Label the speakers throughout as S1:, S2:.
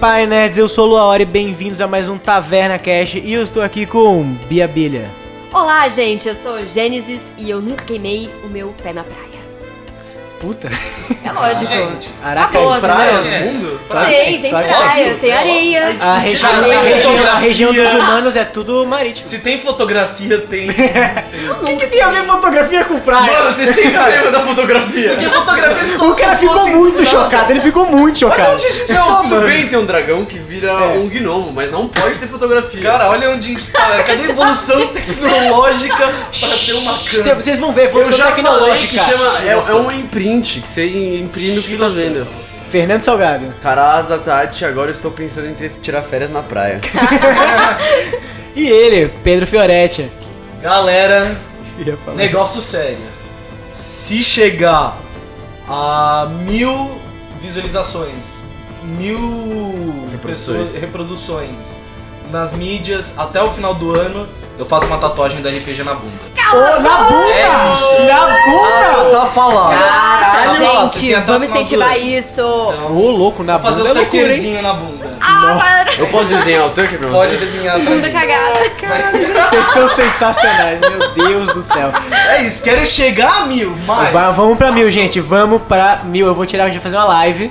S1: Fala aí, nerds, eu sou o Luaori, bem-vindos a mais um Taverna Cash e eu estou aqui com Bia Bilha.
S2: Olá, gente, eu sou Gênesis e eu nunca queimei o meu pé na praia.
S1: Puta.
S2: É lógico.
S3: Gente,
S1: Araca,
S2: Acabou,
S1: praia, né?
S2: né?
S3: mundo?
S2: tem, tem
S1: Claro que-
S2: praia,
S3: óbvio,
S2: tem
S3: é
S2: areia.
S3: óbvio.
S1: A região,
S3: Cara,
S1: a região-
S3: fotografia.
S1: a região dos humanos é tudo marítimo.
S3: Se tem fotografia, tem.
S2: Eu
S1: O que,
S2: nunca
S1: tem a ver fotografia com praia?
S3: Mano, você sempre lembra da fotografia. Porque fotografia
S4: é
S3: só
S1: o cara ficou muito chocado, ele ficou muito
S4: Olha
S1: chocado.
S4: onde a gente
S3: Não,
S4: tá,
S3: tudo
S4: mano.
S3: bem ter um dragão que vira
S1: É.
S3: um gnomo, mas não pode ter fotografia.
S4: Cara, olha onde a gente tá. velho. Cadê a evolução tecnológica pra ter
S1: é
S4: uma
S1: Cê-
S4: câmera?
S1: Vocês vão ver,
S3: eu
S1: evolução
S3: já falei tá que
S1: tecnológica.
S3: chama. É,
S4: Nossa.
S3: é um imprint, que você imprime o que você tá vendo.
S1: Fernando Salgado.
S3: Caraza, Tati, agora eu estou pensando em ter- tirar férias na praia.
S1: E ele, Pedro Fioretti.
S4: Galera,
S1: Ia falar.
S4: negócio sério. Se chegar a mil visualizações, mil
S3: Reproduções.
S4: pessoas, reproduções nas mídias até o final do ano, eu faço uma tatuagem da RPG na bunda.
S1: Ô, na bunda!
S4: É isso.
S1: Na bunda!
S4: tá falado.
S1: Tá,
S2: Nossa,
S4: Caralho, Lotus,
S2: gente,
S4: tem até o
S2: vamos
S4: final do
S2: incentivar
S4: ano.
S2: isso.
S1: Ô, louco, na
S4: Vou fazer
S1: bunda
S4: um
S1: é loucura, hein?
S4: tanquezinho na bunda.
S2: Ah, cara,
S3: Eu posso desenhar o tanque pra você?
S4: Pode desenhar.
S2: bunda
S4: também.
S2: cagada.
S1: Vocês são sensacionais, meu Deus do céu.
S4: É isso, querem chegar a mil, mas.
S1: Va- vamos pra mil, gente. Vamos pra mil. Eu vou tirar, a gente vai fazer uma live.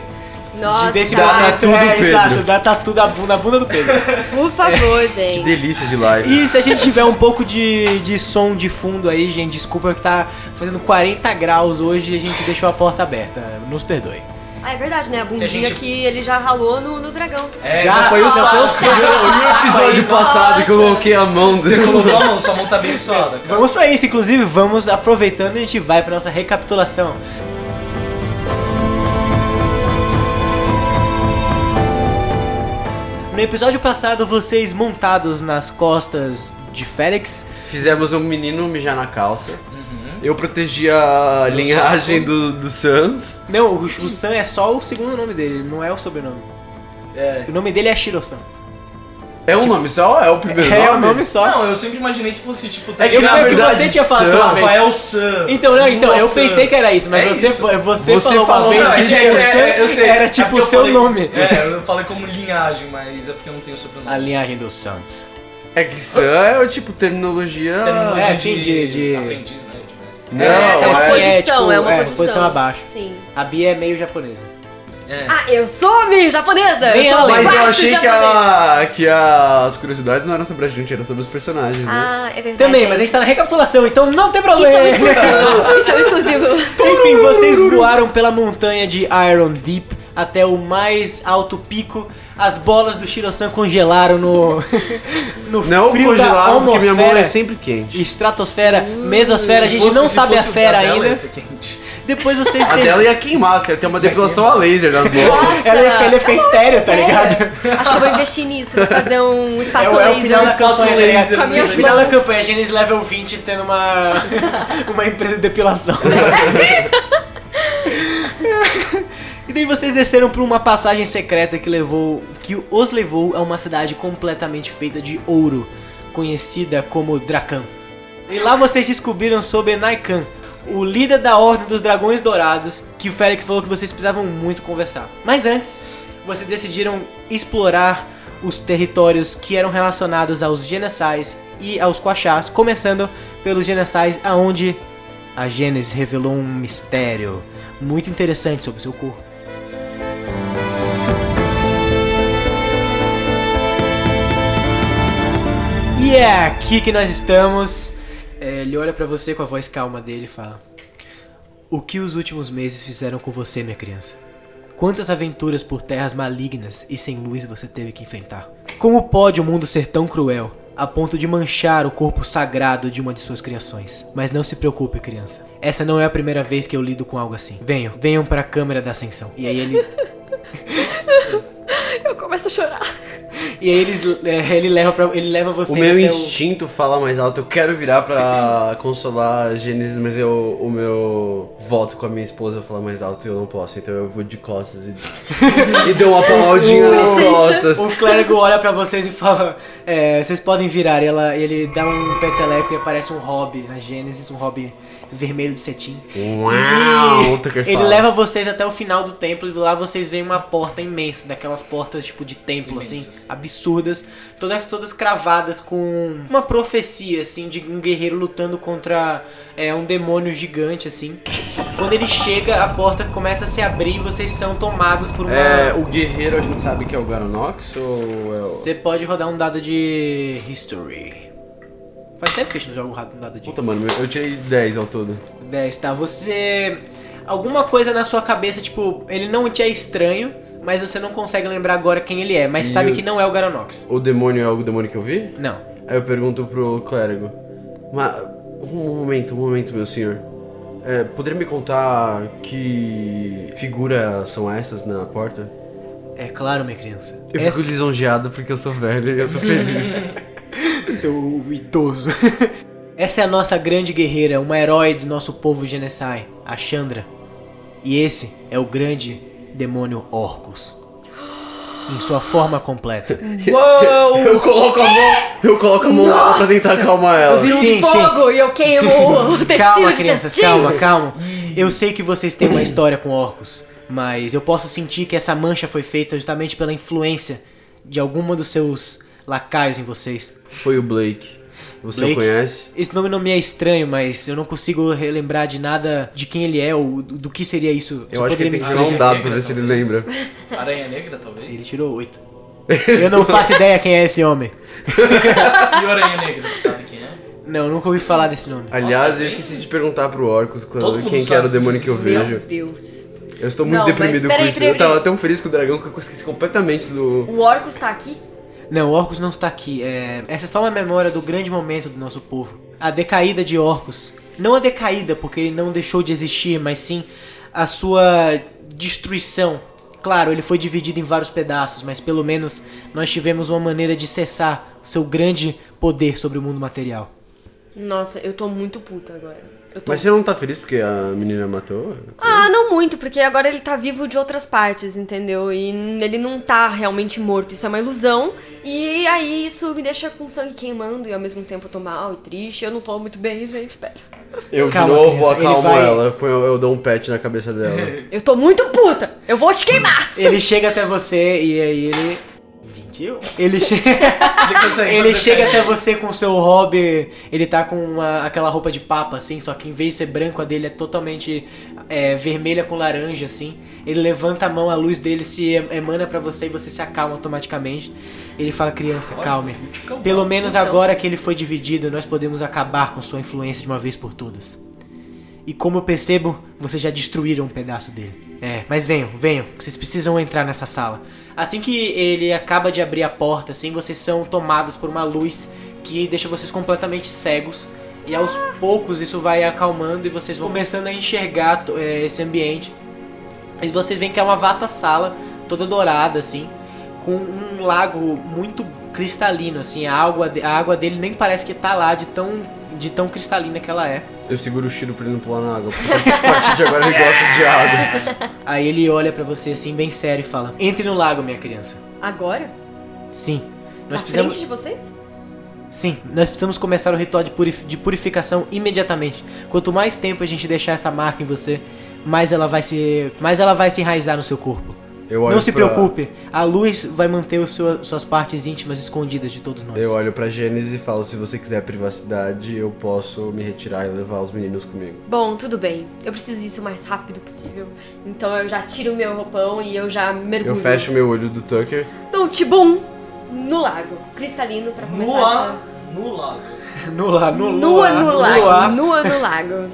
S2: Nossa,
S1: de desse
S3: Dá
S1: momento.
S3: tatu do
S1: é,
S3: Pedro.
S1: exato, da tatu da bunda, a bunda do Pedro.
S2: por
S1: É.
S2: favor, gente.
S3: Delícia de live.
S1: E se a gente tiver um pouco de, de som de fundo aí, gente, desculpa que tá fazendo 40 graus hoje e a gente deixou a porta aberta. Nos perdoe.
S2: Ah, é verdade, né? A bundinha
S4: gente-
S2: que ele já ralou no, no dragão.
S4: É,
S1: Já-
S4: já foi o
S1: já foi o
S4: saco.
S1: saco.
S3: o episódio
S2: Nossa.
S3: passado que eu coloquei a mão
S4: Você colocou a mão, sua mão tá abençoada, cara.
S1: Vamos pra isso, inclusive, vamos aproveitando e a gente vai pra nossa recapitulação. No episódio passado, vocês montados nas costas de Félix,
S3: Fizemos um menino mijar na calça. Eu protegi a linhagem do, do Sans.
S1: Não, o, o Sam é só o segundo nome dele, não é o sobrenome.
S4: É.
S1: O nome dele é Shiro-san.
S3: É um nome só? É o primeiro
S1: É o
S3: nome?
S1: nome só.
S4: Não, eu sempre imaginei que fosse tipo. tá
S3: É que
S1: eu
S4: ligado?
S3: na
S1: lembro que
S3: verdade,
S1: você tinha falado
S3: Sam-
S1: uma vez.
S4: Rafael San.
S1: Então, não, então,
S4: Lula
S1: eu
S4: San.
S1: pensei que era isso, mas
S3: É
S1: você,
S3: isso.
S1: você,
S3: Você
S1: falou,
S3: falou,
S1: uma vez
S3: não,
S1: que
S3: é que-
S1: tipo,
S3: é-
S1: Sam
S4: eu sei.
S1: era
S4: É
S1: tipo
S4: porque
S1: o
S4: eu
S1: seu
S4: falei-
S1: nome.
S4: É, eu falei como linhagem, mas é porque eu não tenho sobrenome.
S1: A linhagem dos Santos.
S3: É que Sam é o tipo terminologia.
S4: Terminologia
S1: é, assim, de- de-
S4: aprendiz, né? De mestre.
S3: Não,
S1: É,
S2: uma
S1: assim,
S3: é.
S1: é,
S2: posição,
S1: tipo,
S2: é uma
S1: é,
S2: posição.
S1: posição abaixo.
S2: Sim.
S1: A Bia é meio japonesa.
S4: É.
S2: Ah, eu sou meio japonesa.
S1: Vem
S2: eu sou
S1: ela,
S3: Mas eu
S2: quase
S3: achei que,
S2: japonesa.
S3: a, que as curiosidades não eram sobre a gente, eram sobre os personagens. né?
S2: Ah, é verdade.
S1: Também, mas a gente tá na recapitulação, então não tem
S2: Isso é um
S1: problema.
S2: exclusivo. Isso é um exclusivo.
S1: Enfim, vocês voaram pela montanha de Iron Deep até o mais alto pico. As bolas do Shiro-san congelaram no, no
S3: Não
S1: frio da
S3: congelaram, porque minha mão é
S1: atmosfera.
S3: sempre quente.
S1: Estratosfera, mesosfera, a
S4: Se
S1: gente
S4: fosse-
S1: não
S4: se
S1: sabe a
S4: fosse o
S1: fera
S4: da dela,
S1: ainda.
S4: ia ser quente.
S1: Depois vocês
S3: A
S1: têm.
S3: dela é ia queimar, você ia ter uma depilação a laser nas bolas.
S2: Nossa!
S1: Ela ia ficar- ela ia ficar
S2: É
S1: estéreo, tá
S2: lógico,
S1: ligado?
S2: é. Acho que eu vou investir nisso, vou fazer um
S1: É
S2: espaço
S1: o, é o
S2: laser.
S1: final da
S4: espaço
S1: campanha. tá ligado?
S4: laser,
S2: Com a minha
S1: o final da
S2: mãos.
S1: campanha, Genes level 20 tendo uma, uma empresa de depilação. e daí vocês desceram por uma passagem secreta que levou. que os levou a uma cidade completamente feita de ouro, conhecida como Dracan. E lá vocês descobriram sobre Naikan, o líder da Ordem dos Dragões Dourados, que o Félix falou que vocês precisavam muito conversar. Mas antes, vocês decidiram explorar os territórios que eram relacionados aos Genessais e aos Quachás, começando pelos Genessais, aonde a Gênesis revelou um mistério muito interessante sobre seu corpo. E é aqui que nós estamos. É, ele olha pra você com a voz calma dele e fala: O que os últimos meses fizeram com você, minha criança? Quantas aventuras por terras malignas e sem luz você teve que enfrentar? Como pode o mundo ser tão cruel a ponto de manchar o corpo sagrado de uma de suas criações? Mas não se preocupe, criança. Essa não é a primeira vez que eu lido com algo assim. Venham, venham pra câmera da ascensão. E aí ele
S2: Eu começo a chorar.
S1: E aí eles, é, ele, leva pra, ele leva
S3: O
S1: vocês
S3: meu
S1: até
S3: instinto fala mais alto. Eu quero virar pra consolar a Gênesis, mas eu, o meu voto com a minha esposa fala mais alto e eu não posso. Então eu vou de costas e, e dou uma palmadinha nas
S2: Licença.
S3: costas.
S1: O clérigo olha pra vocês e fala: é, vocês podem virar. E ela, ele dá um peteleco e aparece um hobby na Gênesis, um hobby vermelho de cetim.
S3: Uau! tu que
S1: Ele
S3: fala.
S1: leva vocês até o final do templo e lá vocês veem uma porta imensa, daquelas portas tipo de templo, assim,
S4: Imensas.
S1: absurdas, todas todas cravadas com uma profecia, assim, de um guerreiro lutando contra é, um demônio gigante, assim. Quando ele chega, a porta começa a se abrir e vocês são tomados por uma.
S3: É, o guerreiro a gente sabe que é o Garonox ou é o.
S1: Você pode rodar um dado de History. Faz tempo que a gente não joga um ra- um dado de
S3: Puta, mano, eu tirei 10 ao todo.
S1: 10, tá? Você. Alguma coisa na sua cabeça, tipo, ele não te é estranho, mas você não consegue lembrar agora quem ele é, mas
S3: E
S1: sabe
S3: o-
S1: que não é o Garonox.
S3: O demônio é o demônio que eu vi?
S1: Não.
S3: Aí eu pergunto pro clérigo. Mas, um momento, um momento, meu senhor. É, poderia me contar que figuras são essas na porta?
S1: É claro, minha criança.
S3: Eu
S1: Essa-
S3: fico lisonjeado porque eu sou velho e eu tô feliz.
S1: seu idoso. Essa é a nossa grande guerreira, uma herói do nosso povo Genessai, a Chandra. E esse é o grande demônio Orcus. Em sua forma completa.
S2: Uou!
S3: eu coloco a mão, eu coloco a mão lá pra tentar acalmar ela.
S1: vi-
S2: um
S1: Sim,
S2: fogo e eu queimo o tecido
S1: Calma,
S2: de
S1: crianças,
S2: testinho.
S1: calma, calma. Eu sei que vocês têm uma história com orcos, mas eu posso sentir que essa mancha foi feita justamente pela influência de alguma dos seus lacaios em vocês.
S3: Foi o Blake. Você
S1: Blake?
S3: o conhece?
S1: Esse nome não me é estranho, mas eu não consigo relembrar de nada de quem ele é ou do do que seria isso. Você
S3: Eu acho que
S1: poderia
S3: ele
S1: me
S3: tem que um
S1: dizer?
S3: tirar um
S4: Aranha
S3: dado
S4: Negra,
S3: pra ver se ele
S4: talvez.
S3: lembra.
S4: Aranha Negra, talvez?
S1: Ele tirou oito. Eu não faço ideia quem é esse homem.
S4: E o Aranha Negra, você sabe quem é?
S1: Não, nunca ouvi falar desse nome.
S3: Aliás,
S4: Nossa,
S3: eu esqueci de perguntar pro Orcus quando-
S4: Todo mundo
S3: quem que
S4: sabe
S3: era o demônio que eu
S4: disso.
S2: Meu
S3: vejo.
S2: Deus.
S3: Eu estou muito
S2: Não, mas
S3: deprimido com
S2: peraí,
S3: isso.
S2: peraí,
S3: Eu tava
S2: peraí.
S3: tão feliz com o dragão que eu esqueci completamente do.
S2: O Orcus tá aqui?
S1: Não, Orcus não está aqui. É, Essa é só uma memória do grande momento do nosso povo. A decaída de Orcus. Não a decaída, porque ele não deixou de existir, mas sim a sua destruição. Claro, ele foi dividido em vários pedaços, mas pelo menos nós tivemos uma maneira de cessar seu grande poder sobre o mundo material.
S2: Nossa, eu tô muito puta agora. Eu tô...
S3: Mas você não tá feliz porque a menina matou?
S2: Ah, não muito, porque agora ele tá vivo de outras partes, entendeu? E n- ele não tá realmente morto, isso é uma ilusão. E aí isso me deixa com sangue queimando e ao mesmo tempo eu tô mal e triste. Eu não tô muito bem, gente, pera.
S3: Eu
S1: Calma,
S3: de novo
S1: criança, ele
S3: acalmo
S1: vai-
S3: ela, põe- eu, dou um pet na cabeça dela.
S2: Eu tô muito puta! Eu vou te queimar!
S1: Ele chega até você e aí ele. 21? Ele chega.
S4: Ele, consegue
S1: Ele
S4: fazer
S1: chega
S4: bem.
S1: até você com seu hobby, ele tá com uma- aquela roupa de papa, assim, só que em vez de ser branco, a dele é totalmente é, vermelha com laranja, assim. Ele levanta a mão, a luz dele se em- emana pra você e você se acalma automaticamente. Ele fala, criança,
S4: Olha,
S1: calme.
S4: você te acalmou.
S1: Pelo menos
S2: Então.
S1: agora que ele foi dividido, nós podemos acabar com sua influência de uma vez por todas. E como eu percebo, vocês já destruíram um pedaço dele. É, mas venham, venham, que vocês precisam entrar nessa sala. Assim que ele acaba de abrir a porta, assim, vocês são tomados por uma luz que deixa vocês completamente cegos. E aos poucos isso vai acalmando e vocês vão começando a enxergar to- é, esse ambiente. Mas vocês veem que é uma vasta sala, toda dourada, assim, com um lago muito cristalino, assim. A água, de- a água dele nem parece que tá lá de tão, de tão cristalina que ela é.
S3: Eu seguro o Shiro pra ele não pular na água, porque a partir de agora ele gosta de água.
S1: Aí ele olha pra você assim, bem sério, e fala: Entre no lago, minha criança.
S2: Agora?
S1: Sim, nós
S2: na
S1: precisamos.
S2: frente de vocês?
S1: Sim, nós precisamos começar o ritual de, purif- de purificação imediatamente. Quanto mais tempo a gente deixar essa marca em você, mais ela vai se, mais ela vai se enraizar no seu corpo.
S3: Eu olho
S1: Não se
S3: pra-
S1: preocupe, a luz vai manter o seu- suas partes íntimas escondidas de todos nós.
S3: Eu olho pra Gênesis e falo: se você quiser privacidade, eu posso me retirar e levar os meninos comigo.
S2: Bom, tudo bem. Eu preciso disso o mais rápido possível. Então eu já tiro meu roupão e eu já mergulho.
S3: Eu fecho meu olho do Tucker.
S2: Dou um tibum no lago. Cristalino pra começar
S4: Nua,
S2: essa...
S4: nula.
S1: Nula, nula,
S2: Nua no lago.
S1: nula.
S2: Nua no lago.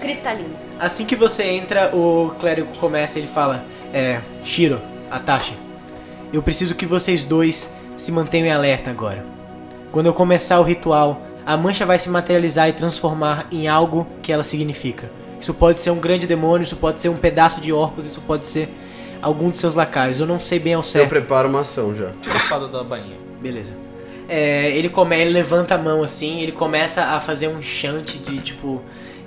S2: Cristalino.
S1: Assim que você entra, o clérigo começa, ele fala: É, Shiro, Atashi, eu preciso que vocês dois se mantenham em alerta agora. Quando eu começar o ritual, a mancha vai se materializar e transformar em algo que ela significa. Isso pode ser um grande demônio, isso pode ser um pedaço de orcos, isso pode ser algum de seus lacaios. Eu não sei bem ao
S3: Eu
S1: certo.
S3: preparo uma ação já.
S4: Tira a espada da bainha.
S1: Beleza. É, ele, come, ele levanta a mão assim, ele começa a fazer um chante de tipo.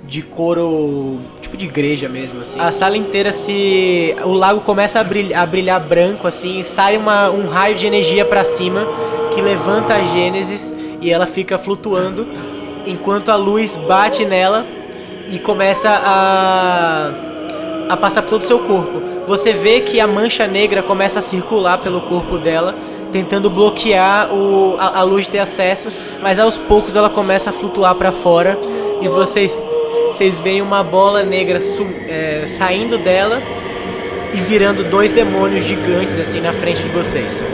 S1: De coro. Tipo de igreja mesmo, assim. A sala inteira se. O lago começa a brilhar, a brilhar branco, assim, e sai uma, um raio de energia pra cima que levanta a Gênesis e ela fica flutuando enquanto a luz bate nela e começa a. a passar por todo o seu corpo. Você vê que a mancha negra começa a circular pelo corpo dela, tentando bloquear o, a, a luz de ter acesso, mas aos poucos ela começa a flutuar para fora e vocês, vocês veem uma bola negra su- é, saindo dela e virando dois demônios gigantes assim na frente de vocês.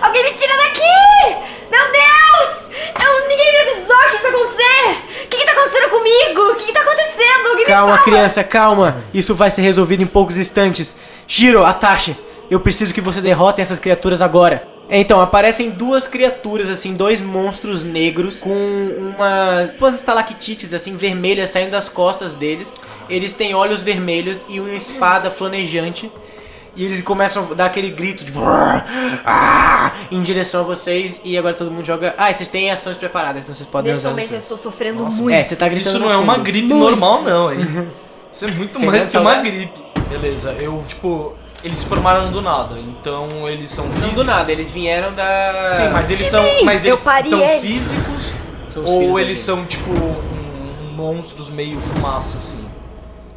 S2: Alguém me tira daqui! Meu Deus! Eu, ninguém me avisou que isso ia acontecer! O que, que tá acontecendo comigo? O que, que tá acontecendo? Alguém
S1: Calma,
S2: me fala!
S1: criança, calma. Isso vai ser resolvido em poucos instantes. Shiro, Atashi, eu preciso que você derrote essas criaturas agora. Então, aparecem duas criaturas, assim, dois monstros negros com umas, umas estalactites, assim, vermelhas saindo das costas deles. Eles têm olhos vermelhos e uma espada flanejante. E eles começam a dar aquele grito de... "Ah!" em direção a vocês. E agora todo mundo joga... Ah, e vocês têm ações preparadas, então vocês podem
S2: Nesse
S1: usar.
S2: momento eu
S1: as
S2: estou sofrendo
S4: Nossa,
S2: muito.
S1: É, você tá gritando
S4: Isso não
S1: no
S4: é uma
S1: fundo.
S4: gripe normal, não, hein? Isso é muito mais
S1: Fernando
S4: que uma
S1: Salgado.
S4: gripe. Beleza, eu, tipo, eles se formaram do nada, então eles são
S1: Não
S4: físicos.
S1: do nada, eles vieram da...
S4: Sim, mas eles são. Mas
S2: Eu
S4: eles
S2: parei
S4: são
S2: eles.
S4: físicos
S1: São os filhos
S4: ou
S1: da
S4: eles
S1: gente.
S4: são, tipo, um- um monstros meio fumaça, assim.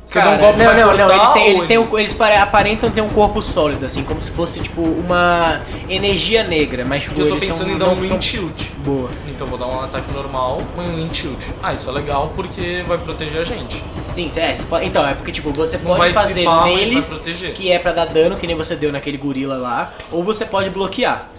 S4: Você
S1: Cara,
S4: dá um golpe
S1: não,
S4: vai
S1: não,
S4: cortar,
S1: não, eles têm,
S4: ou
S1: eles têm um, eles pare- aparentam ter um corpo sólido, assim, como se fosse, tipo, uma energia negra, mas, tipo,
S4: Porque eu tô
S1: eles são-
S4: pensando em dar
S1: não
S4: um wind
S1: são-
S4: shield.
S1: Boa.
S4: Então vou dar um ataque normal com um wind shield. Ah, isso é legal porque vai proteger a gente.
S1: Sim, é, você pode- então, é porque, tipo, você
S4: vai
S1: pode fazer
S4: dissipar, mas vai
S1: neles,
S4: proteger.
S1: que é pra dar dano, que nem você deu naquele gorila lá, ou você pode bloquear.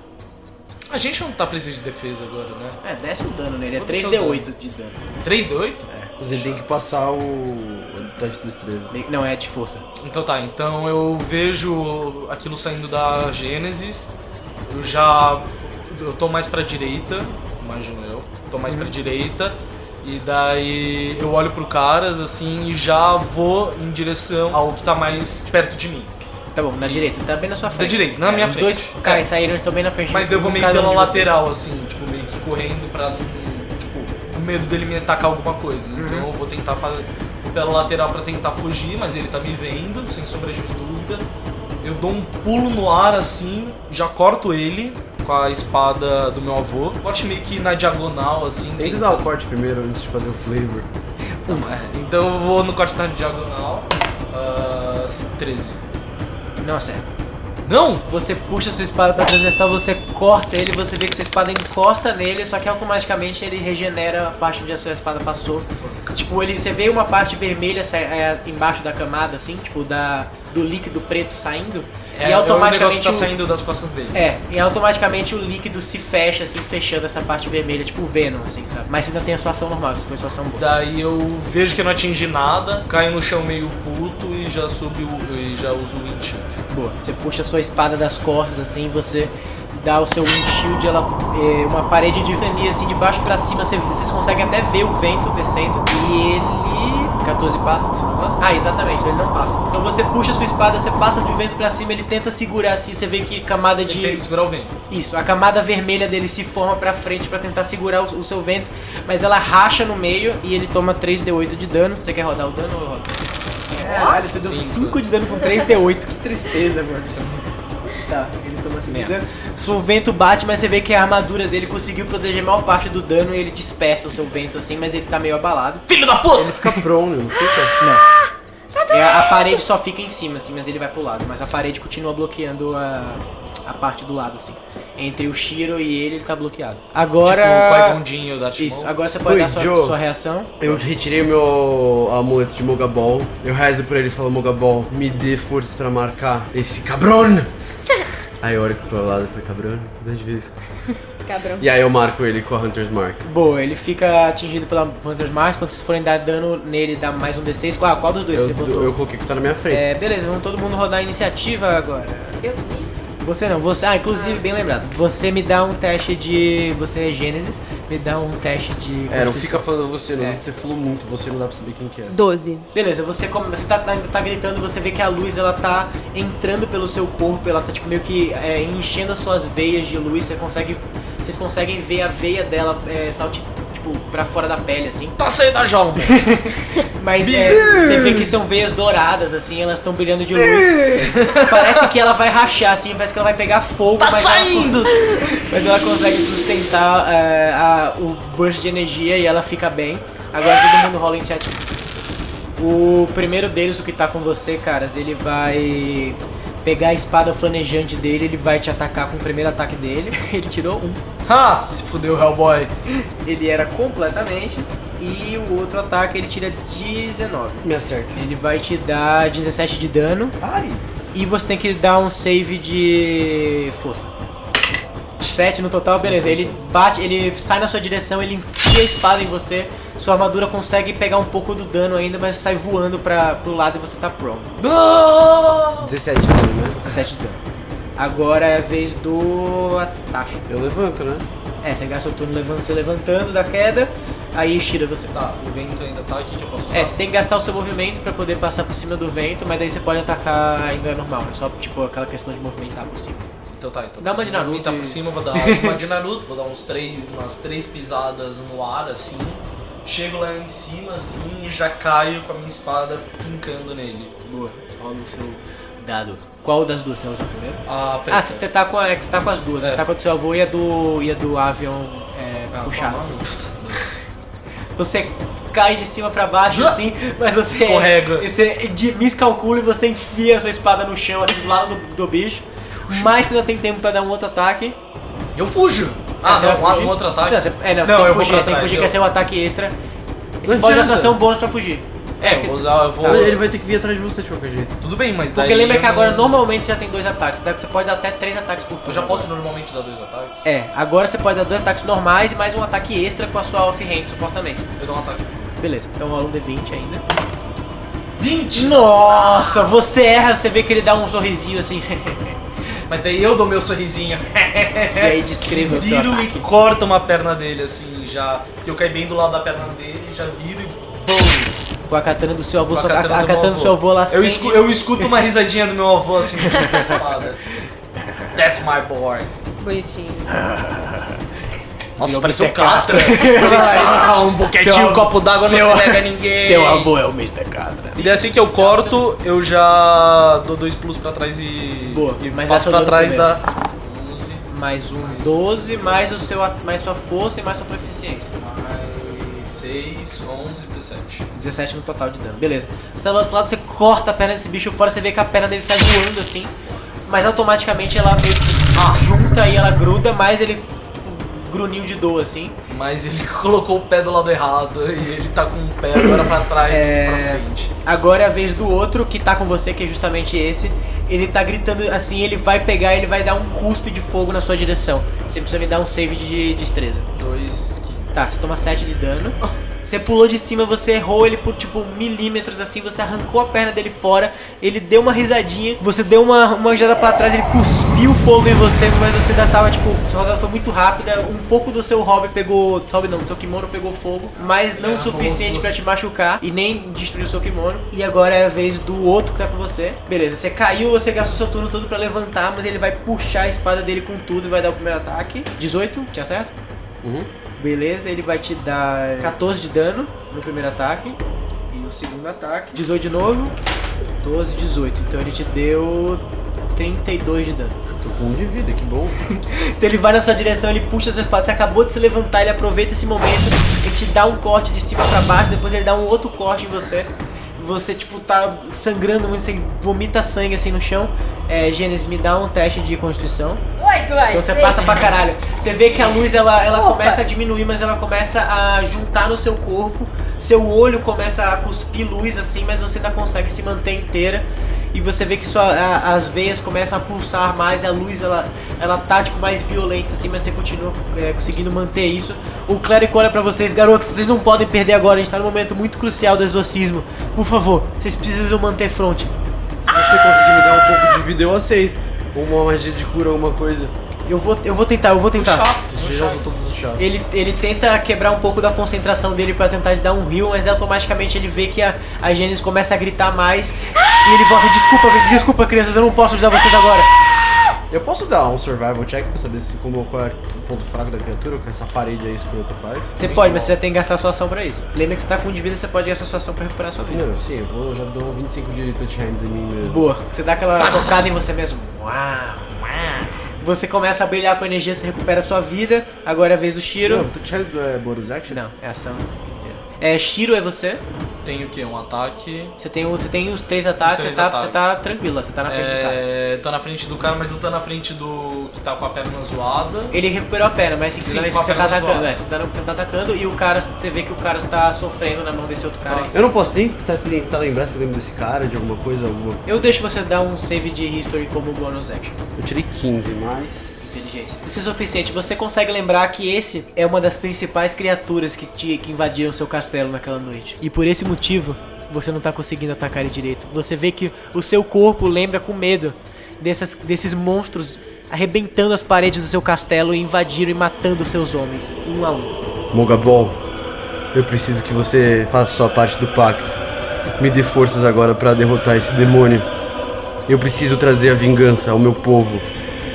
S4: A gente não tá precisando de defesa agora, né?
S1: É, desce o dano nele, é
S4: Vou descer o
S1: 3d8 de dano.
S4: 3 de 8?
S3: Você tem que passar o. o teste de destreza.
S1: Meio- Não, é de força.
S4: Então tá, então eu vejo aquilo saindo da Gênesis, eu já. Eu tô mais pra direita, imagino eu, tô mais pra direita, e daí eu olho pro caras assim e já vou em direção ao que tá mais perto de mim.
S1: Tá bom, na direita, tá bem na sua frente.
S4: direita, na
S1: É,
S4: minha
S1: os
S4: frente.
S1: dois caras
S4: É.
S1: saíram, estão bem na frente.
S4: Mas
S1: de
S4: daí eu vou meio
S1: cada um
S4: pela
S1: de vocês.
S4: lateral, assim, tipo, meio que correndo pra não. Tipo, com medo dele me atacar alguma coisa. Então
S1: Uhum.
S4: eu vou tentar fazer. Vou pela lateral pra tentar fugir, mas ele tá me vendo, sem sombra de dúvida. Eu dou um pulo no ar assim, já corto ele com a espada do meu avô. Corte meio que na diagonal, assim.
S3: Tenta
S4: tenta-
S3: dar o corte primeiro antes de fazer o flavor.
S1: um,
S4: É, Então eu vou no corte na diagonal. Ah, 13.
S1: Não, certo.
S4: Não!
S1: Você puxa sua espada pra transversal, você corta ele, você vê que sua espada encosta nele, só que automaticamente ele regenera a parte onde a sua espada passou. Tipo, ele, você vê uma parte vermelha sa- é, embaixo da camada, assim, tipo, da, do líquido preto saindo,
S4: É,
S1: e
S4: é o negócio
S1: automaticamente.
S4: que tá
S1: o-
S4: saindo das costas dele.
S1: é, e automaticamente o líquido se fecha, assim, fechando essa parte vermelha, tipo o Venom, assim, sabe? Mas você ainda tem a sua ação normal, isso foi sua ação boa.
S4: Daí eu vejo que eu não atingi nada, caio no chão meio puto e já subi o, e já uso o wind shield.
S1: Boa. Você puxa a sua espada das costas, assim, você dá o seu windshield, ela é uma parede de venia, assim, de baixo pra cima, você- vocês conseguem até ver o vento descendo, e ele... 14 passa desse negócio? Ah, exatamente, ele não passa. Então você puxa a sua espada, você passa de vento pra cima, ele tenta segurar, assim, você vê que camada
S4: Ele tem que
S1: de...
S4: segurar o vento.
S1: Isso, a camada vermelha dele se forma pra frente pra tentar segurar o, o seu vento, mas ela racha no meio e ele toma 3d8 de dano. Você quer rodar o dano ou eu rodo? Caralho, você deu
S4: Cinco.
S1: 5 de dano com 3d8, que tristeza, mano. Isso é muito... Tá, ele toma 5 de
S4: Merda.
S1: dano. Seu vento bate, mas você vê que a armadura dele conseguiu proteger a maior parte do dano e ele dispersa o seu vento assim, mas ele tá meio abalado.
S4: Filho da puta!
S3: Ele fica prone, não fica?
S1: É, a parede só fica em cima, assim, mas ele vai pro lado. Mas a parede continua bloqueando a, a parte do lado, assim. Entre o Shiro e ele, ele tá bloqueado.
S4: Tipo, o
S1: Agora.
S4: Gondinho da Timon.
S1: Isso, agora você pode
S3: Fui,
S1: dar sua,
S3: Joe.
S1: sua reação.
S3: Eu retirei meu amuleto de Mogabol. Eu rezo pra ele e falo: Mogabol, me dê forças pra marcar esse cabrão. Aí eu olho pro lado e falo: cabrão, duas vezes.
S2: Cabrão.
S3: E aí eu marco ele com a Hunter's Mark.
S1: Boa, ele fica atingido pela Hunter's Mark. Quando vocês forem dar dano nele, dá mais um D6. Qual, qual dos dois
S3: Eu,
S1: você botou?
S3: eu coloquei que tá na minha frente.
S1: É, beleza, vamos todo mundo rodar a iniciativa agora.
S2: Eu também.
S1: Você não, você. Ah, inclusive, bem lembrado. Você me dá um teste de. Você é Gênesis, me dá um teste de.
S3: É, não
S1: Constituição.
S3: fica falando você, não.
S1: É.
S3: Você falou muito, você não dá pra saber quem que é.
S2: 12.
S1: Beleza, você como você tá, tá- ainda tá gritando, você vê que a luz ela tá entrando pelo seu corpo, ela tá tipo meio que é, enchendo as suas veias de luz, você consegue. Vocês conseguem ver a veia dela é, salte, tipo, pra fora da pele, assim.
S4: Tá saindo da jaula.
S1: Mas é, você vê que são veias douradas, assim, elas estão brilhando de luz. Parece que ela vai rachar, assim, parece que ela vai pegar fogo.
S4: Tá
S1: mas ela-
S4: saindo!
S1: mas ela consegue sustentar é, a- o burst de energia e ela fica bem. Agora todo mundo rola iniciativa. O primeiro deles, o que tá com você, caras, ele vai pegar a espada flanejante dele, ele vai te atacar com o primeiro ataque dele. Ele tirou um.
S4: Ha! Se fudeu, Hellboy.
S1: Ele era completamente. E o outro ataque ele tira 19.
S3: Me acerta.
S1: Ele vai te dar 17 de dano
S3: Ai!
S1: e você tem que dar um save de força. 7 no total, beleza. Ele bate, ele sai na sua direção, ele enfia a espada em você. Sua armadura consegue pegar um pouco do dano ainda, mas sai voando pra, pro lado e você tá prone.
S4: Não!
S3: 17 de dano, né?
S1: 17 de dano. Agora é a vez do ataque.
S3: Eu levanto, né?
S1: É, você gasta o turno levantando, se levantando da queda, aí tira você.
S4: Tá, o vento ainda tá aqui que eu posso usar.
S1: É, você tem que gastar o seu movimento pra poder passar por cima do vento, mas daí você pode atacar ainda normal, é só tipo aquela questão de movimentar por cima.
S4: Então tá, então.
S1: Dá uma de Naruto
S4: Vou Tá
S1: e-
S4: por cima, vou dar uma de Naruto, vou dar uns três, umas três pisadas no ar, assim. Chego lá em cima, assim, e já caio com a minha espada fincando nele.
S1: Boa, rola o seu dado. Qual das duas você usa primeiro?
S4: Ah, pera.
S1: Ah, você tá com, a, é que você tá com as duas, né?
S4: É.
S1: você tá com a do seu avô e a do, e a do avião é,
S4: Ah,
S1: puxada.
S4: qual o nome? Puta, Deus.
S1: Você cai de cima pra baixo
S4: Ah!
S1: assim, mas você.
S4: Escorrega.
S1: e Você de- miscalcula e você enfia a sua espada no chão, assim, do lado do, do bicho. Mas você ainda tem tempo pra dar um outro ataque.
S4: Eu fujo! Ah,
S1: Aí você
S4: não,
S1: vai
S4: um-
S1: fugir.
S4: um outro ataque.
S1: Não, você, é, não, você tem
S4: Não, eu
S1: que fugir,
S4: vou pra
S1: você tem que
S4: trás,
S1: fugir,
S4: eu-
S1: que é seu ataque extra. Você
S3: Não
S1: pode usar
S3: adianta.
S1: sua ação bônus pra fugir.
S4: É, eu
S1: você-
S4: vou usar, eu vou.
S1: Tá.
S3: Ele vai ter que vir atrás de você de qualquer jeito.
S4: Tudo bem, mas daí.
S1: Porque lembra
S4: eu
S1: que agora
S4: não-
S1: normalmente você já tem dois ataques, tá? você pode dar até três ataques por turno.
S4: Eu já posso normalmente dar dois ataques?
S1: É, agora você pode dar dois ataques normais e mais um ataque extra com a sua offhand, supostamente.
S4: Eu dou um ataque e fujo.
S1: Beleza, então rola um D20 ainda.
S4: 20!
S1: Nossa, você erra, você vê que ele dá um sorrisinho assim.
S4: Mas daí eu dou meu sorrisinho.
S1: e aí descreva o seu
S4: Viro
S1: ataque.
S4: e corto uma perna dele, assim, já. Porque eu caí bem do lado da perna dele, já viro e. BUM!
S1: Com a katana do seu avô,
S4: Com a
S1: sua- a, a
S4: katana do
S1: katana,
S4: meu
S1: do
S4: avô.
S1: seu avô lá
S4: Eu,
S1: acende.
S4: escu- eu escuto uma risadinha do meu avô, assim, com a espada. That's my boy.
S2: Bonitinho.
S4: Nossa,
S1: Meu
S4: pareceu um
S1: Mr.
S4: catra. Parecia, ah, um boquetinho,
S1: Seu-
S4: um copo d'água, não
S1: seu-
S4: se nega a ninguém.
S1: Seu avô é o Mr. Katra.
S4: E daí assim que eu corto, eu já dou dois plus pra trás e.
S1: Boa,
S4: e
S1: mas essa
S4: passo
S1: eu
S4: pra
S1: dou
S4: trás
S1: primeiro.
S4: da. 11
S1: Mais um 12, mais, o seu, at- mais sua força e mais sua proficiência.
S4: mais 6, 11, 17.
S1: 17 no total de dano, beleza. Você tá do nosso lado, você corta a perna desse bicho fora, você vê que a perna dele sai voando assim, mas automaticamente ela meio que junta e ela gruda, mas ele tipo, grunhiu de dor assim.
S4: Mas ele colocou o pé do lado errado e ele tá com um pé agora pra trás e outro pra frente.
S1: Agora é a vez do outro que tá com você, que é justamente esse. Ele tá gritando assim, ele vai pegar, ele vai dar um cuspe de fogo na sua direção. Você precisa me dar um save de destreza.
S4: Dois.
S1: Tá, você toma 7 de dano. Você pulou de cima, você errou ele por tipo milímetros assim, você arrancou a perna dele fora, ele deu uma risadinha, você deu uma manjada pra trás, ele cuspiu fogo em você, mas você ainda tava tipo, sua rodada foi muito rápida, um pouco do seu hobby pegou, hobby não, do seu kimono pegou fogo, mas não o suficiente pra te machucar e nem destruir o seu kimono. E agora é a vez do outro que tá com você. Beleza, você caiu, você gastou seu turno todo pra levantar, mas ele vai puxar a espada dele com tudo e vai dar o primeiro ataque. 18, tinha certo?
S3: Uhum.
S1: Beleza, ele vai te dar 14 de dano no primeiro ataque. E o segundo ataque. 18 de novo. 12, 18. Então ele te deu 32 de dano.
S3: Tô com um de vida, que bom.
S1: Então ele vai na sua direção, ele puxa a sua espada. Você acabou de se levantar, ele aproveita esse momento. Ele te dá um corte de cima pra baixo. Depois ele dá um outro corte em você. Você, tipo, tá sangrando muito. Você vomita sangue assim no chão. É, Gênesis, me dá um teste de constituição.
S2: Oito, vai.
S1: Então você
S2: seis.
S1: passa pra caralho. Você vê que a luz ela, ela
S2: É Opa.
S1: começa a diminuir, mas ela começa a juntar no seu corpo. Seu olho começa a cuspir luz assim, mas você ainda consegue se manter inteira. E você vê que sua, a- as veias começam a pulsar mais, a luz ela, ela tá tipo, mais violenta assim, mas você continua é, conseguindo manter isso. O clérigo olha pra vocês, garotos, vocês não podem perder agora, a gente tá num momento muito crucial do exorcismo. Por favor, vocês precisam manter fronte.
S3: Se você conseguir me dar um pouco de vida, eu aceito. Uma magia de cura, alguma coisa.
S1: Eu vou, eu vou tentar, eu vou
S4: O
S1: tentar.
S4: chá, tem o
S3: Ele já
S4: chá.
S3: usou todos os chás.
S1: Ele, ele tenta quebrar um pouco da concentração dele pra tentar te dar um rio, mas automaticamente ele vê que a, a Gênesis começa a gritar mais e ele volta, desculpa, desculpa crianças, eu não posso ajudar vocês agora.
S3: Eu posso dar um survival check pra saber se como qual é o ponto fraco da criatura, o que essa parede aí escrota faz?
S1: Você pode, mas você já tem que gastar sua ação pra isso. Lembra que você tá com um de vida, você pode gastar sua ação pra recuperar sua vida.
S3: Não, sim, eu vou, já dou 25 de touch hands em mim mesmo.
S1: Boa. Você dá aquela tocada em você mesmo. Uau, uau. Você começa a brilhar com energia, você recupera sua vida. Agora é a vez do Shiro.
S3: Não, touch hands é bonus action?
S1: Não, é ação. É, Shiro é você.
S4: Tem o quê? Um ataque.
S1: Você tem, o- você tem os três ataques,
S4: Os três
S1: você, tá,
S4: ataques.
S1: você tá tranquilo, você tá na frente do cara.
S4: É, tô na frente do cara, mas não tô na frente do que tá com a perna zoada.
S1: Ele recuperou a perna, mas
S4: Sim,
S1: sim, vez
S4: com a
S1: que você tá
S4: perna
S1: atacando,
S4: zoada.
S1: é, você tá, você tá atacando e o cara, você vê que o cara está sofrendo na mão desse outro cara. aí.
S3: Eu não posso nem tentar, tentar lembrar se eu lembro desse cara, de alguma coisa, alguma...
S1: Eu deixo você dar um save de history como bonus action.
S3: Eu tirei 15, mas...
S1: Inteligência. Isso é suficiente. Você consegue lembrar que esse é uma das principais criaturas que, te, que invadiram seu castelo naquela noite. E por esse motivo, você não tá conseguindo atacar ele direito. Você vê que o seu corpo lembra com medo dessas, desses monstros arrebentando as paredes do seu castelo e invadiram e matando seus homens, um a um.
S3: Mogabol, eu preciso que você faça sua parte do pacto. Me dê forças agora pra derrotar esse demônio. Eu preciso trazer a vingança ao meu povo.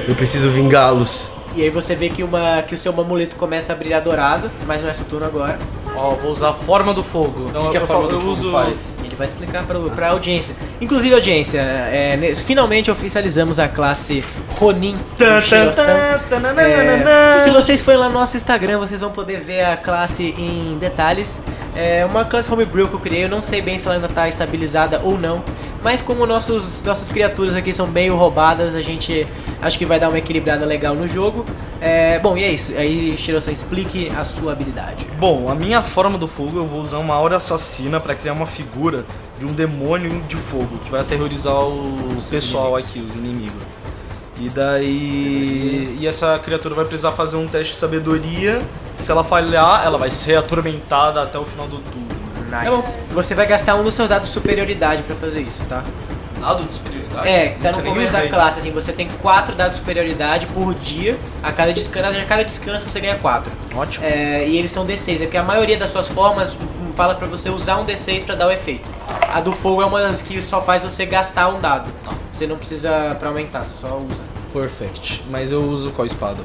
S3: Eu preciso vingá-los.
S1: E aí você vê que, uma, que o seu amuleto começa a brilhar dourado, mas não é seu turno agora.
S4: Ó, vou usar a forma é do fogo.
S5: Então
S4: Não,
S1: Então,
S3: que a
S4: eu,
S3: forma
S4: falo-
S3: do
S4: eu
S3: fogo
S4: uso.
S3: faz?
S1: Ele vai explicar pra, pra audiência. Inclusive, audiência, é, ne- finalmente oficializamos a classe Ronin. do Shiro-san. É, se vocês forem lá no nosso Instagram, vocês vão poder ver a classe em detalhes. É uma classe homebrew que eu criei, eu não sei bem se ela ainda tá estabilizada ou não. Mas como nossos, nossas criaturas aqui são meio roubadas, a gente acho que vai dar uma equilibrada legal no jogo. É, bom, e é isso. Aí, Shiro-san, explique a sua habilidade.
S5: Bom, a minha forma do fogo eu vou usar uma aura assassina pra criar uma figura de um demônio de fogo que vai aterrorizar o pessoal aqui, os inimigos. E daí. E essa criatura vai precisar fazer um teste de sabedoria. Se ela falhar, ela vai ser atormentada até o final do turno.
S1: Tá bom. Você vai gastar um dos seus dados de superioridade pra fazer isso, tá?
S4: Dado de superioridade?
S1: É, tá no
S4: Nunca nem
S1: começo da
S4: usei.
S1: classe, assim, você tem quatro dados de superioridade por dia. A cada descanso, a cada descanso você ganha quatro.
S5: Ótimo.
S1: É, e eles são D6, é porque a maioria das suas formas hum, fala pra você usar um D6 pra dar o efeito. A do fogo é uma das que só faz você gastar um dado. Você não precisa pra aumentar, você só usa.
S4: Perfect. Mas eu uso qual espada?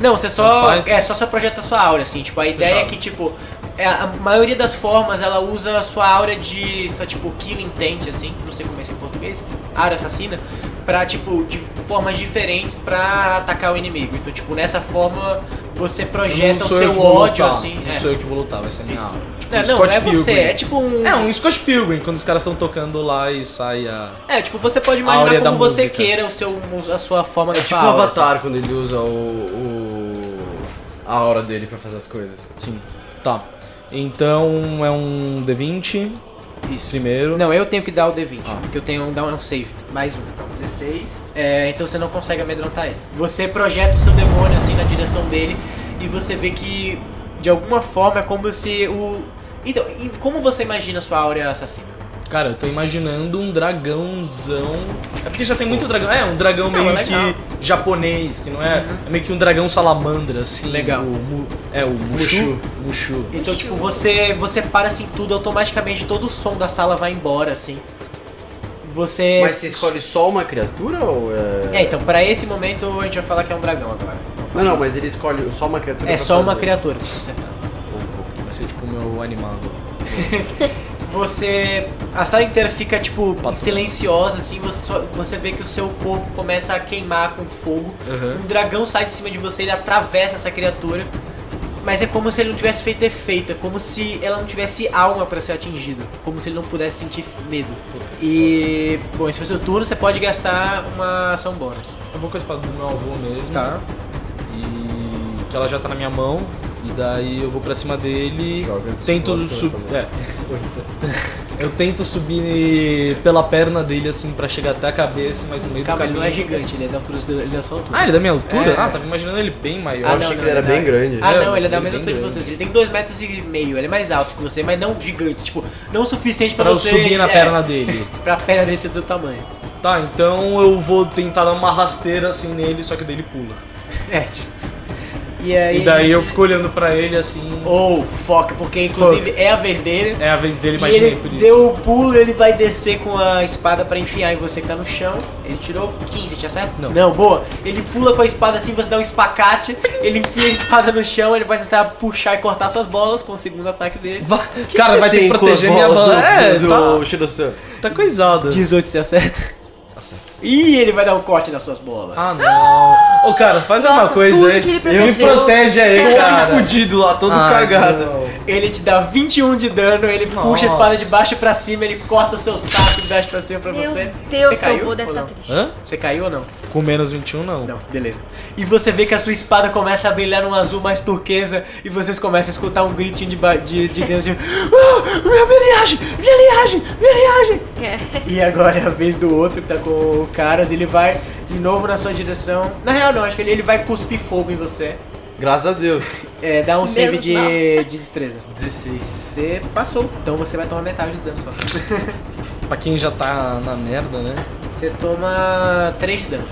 S1: Não, você só.
S4: Tanto faz.
S1: É, só você projeta sua aura, assim. Tipo, a ideia é
S4: Fechado.
S1: que, tipo. é, A maioria das formas ela usa a sua aura de. Só, tipo, kill intent, assim. Não sei como é isso em português. Aura assassina. Pra, tipo, de formas diferentes pra atacar o inimigo. Então, tipo, nessa forma você
S4: Não
S1: projeta o
S4: sou eu que
S1: seu
S4: vou
S1: ódio,
S4: lutar.
S1: assim.
S4: Não
S1: é.
S4: sou eu que vou lutar, vai ser a minha
S1: Isso.
S4: aula. Tipo,
S1: É, não,
S4: Scott
S1: não é você,
S4: Pilgrim.
S1: é tipo um.
S4: É, um Scott Pilgrim, quando os caras estão tocando lá e sai a...
S1: É, tipo, você pode
S4: áurea
S1: imaginar
S4: da
S1: como você
S4: música.
S1: queira o seu, a sua forma da sua
S3: Tipo o
S1: aura. assim.
S3: Avatar quando ele usa o, o- a aura dele pra fazer as coisas.
S4: Sim. Tá. Então é um D20.
S1: Isso.
S4: Primeiro.
S1: Não, eu tenho que dar o D20, porque eu tenho um dar um save. Mais um. Então, 16. É, então você não consegue amedrontar ele. Você projeta o seu demônio assim na direção dele e você vê que de alguma forma é como se o. Então, e como você imagina a sua áurea assassina?
S4: Cara, eu tô imaginando um dragãozão. É porque já tem muito dragão. É, um dragão meio
S1: é legal. Uhum.
S4: que japonês, que não é. É meio que um dragão salamandra, assim.
S1: Legal.
S4: O mu- é, o Mushu. Mushu.
S1: Então, tipo, você, você para assim tudo, automaticamente todo o som da sala vai embora, assim. Você.
S3: Mas você escolhe só uma criatura ou é...
S1: É, então, pra esse momento a gente vai falar que é um dragão agora.
S3: Não, não, mas ele escolhe só uma criatura
S1: É
S3: pra
S1: só uma
S3: fazer.
S1: criatura pra você acertar.
S4: Vai ser tipo o meu animal.
S1: Você. A sala inteira fica, tipo,
S4: Pato.
S1: silenciosa, assim, você, só- você vê que o seu corpo começa a queimar com fogo. Um dragão sai de cima de você, ele atravessa essa criatura. Mas é como se ele não tivesse feito efeito, é como se ela não tivesse alma pra ser atingida. Como se ele não pudesse sentir medo. E. Bom, esse foi seu turno, você pode gastar uma ação bônus.
S4: Eu vou com a espada do meu avô mesmo.
S1: Tá.
S4: E. Que ela já tá na minha mão. E daí eu vou pra cima dele.
S3: Joga de
S4: tento
S3: suporte,
S4: sub.
S3: né,
S4: É. Eu tento subir pela perna dele assim pra chegar até a cabeça, mas no meio
S1: Calma,
S4: do
S1: ele
S4: caminho.
S1: não é gigante, ele é da altura, ele é da sua altura.
S4: Ah, ele é da minha altura?
S1: É.
S4: Ah, tava imaginando ele bem maior.
S1: Ah,
S3: achei
S1: não,
S3: que
S1: não,
S3: ele era
S1: não,
S3: bem
S1: não.
S3: grande.
S1: Ah,
S4: É,
S1: não, ele é da
S4: ele
S1: mesma
S4: é bem
S1: altura que
S4: grande.
S1: vocês. Ele tem 2 metros e meio, ele é mais alto que você, mas não gigante. Tipo, não o suficiente pra,
S4: Pra eu
S1: você...
S4: subir na
S1: é,
S4: perna dele.
S1: Pra perna dele ser do seu tamanho.
S4: Tá, então eu vou tentar dar uma rasteira assim nele, só que daí ele pula.
S1: É, tipo... E aí...
S4: E daí eu fico olhando pra ele assim.
S1: Ou, foca, porque inclusive é a vez dele.
S4: É a vez dele,
S1: E
S4: imaginei
S1: ele
S4: por isso.
S1: deu o pulo, ele vai descer com a espada pra enfiar em você que tá no chão. Ele tirou 15, tinha certo?
S4: Não.
S1: Não, boa. Ele pula com a espada assim, você dá um espacate, ele enfia a espada no chão, ele vai tentar puxar e cortar suas bolas com o segundo ataque dele.
S4: Va- Cara,
S3: Você
S4: vai ter que
S3: tem com
S4: proteger
S3: as
S4: minha
S3: bolas
S4: bala.
S3: do-
S4: É,
S3: do,
S4: tá,
S3: do Shirosama.
S4: tá coisada.
S1: 18, tinha certo?
S4: Tá certo.
S1: Ih, ele vai dar um corte nas suas bolas.
S4: Ah, não. Ô, cara, faz
S2: Nossa,
S4: uma coisa
S2: tudo
S4: aí.
S2: que ele
S4: me
S2: protegeu.
S4: protege aí,
S3: Todo
S4: cara.
S3: fudido lá, todo
S4: Ah,
S3: cagado.
S1: Ele te dá 21 de dano, ele puxa a espada de baixo pra cima, ele corta o seu saco de baixo pra cima pra
S2: Meu
S1: você.
S2: Deus,
S1: você caiu?
S2: seu avô deve
S1: ou
S2: estar
S1: não?
S2: triste.
S4: Hã?
S1: Você caiu ou não?
S4: Com menos 21, não.
S1: Não, beleza. E você vê que a sua espada começa a brilhar um azul mais turquesa e vocês começam a escutar um gritinho de, ba- de, de dentro de. Ah, minha brilhagem! Minha linhagem! Minha linhagem!
S2: É.
S1: E agora é a vez do outro que tá com o Caras, ele vai de novo na sua direção. Na real, não, acho que ele, ele vai cuspir fogo em você.
S3: Graças a Deus.
S1: É, dá um save
S2: Menos
S1: de,
S2: mal.
S1: de destreza.
S3: 16.
S1: Você passou, então você vai tomar metade de dano só.
S4: Pra quem já tá na merda, né?
S1: Você toma 3 de dano.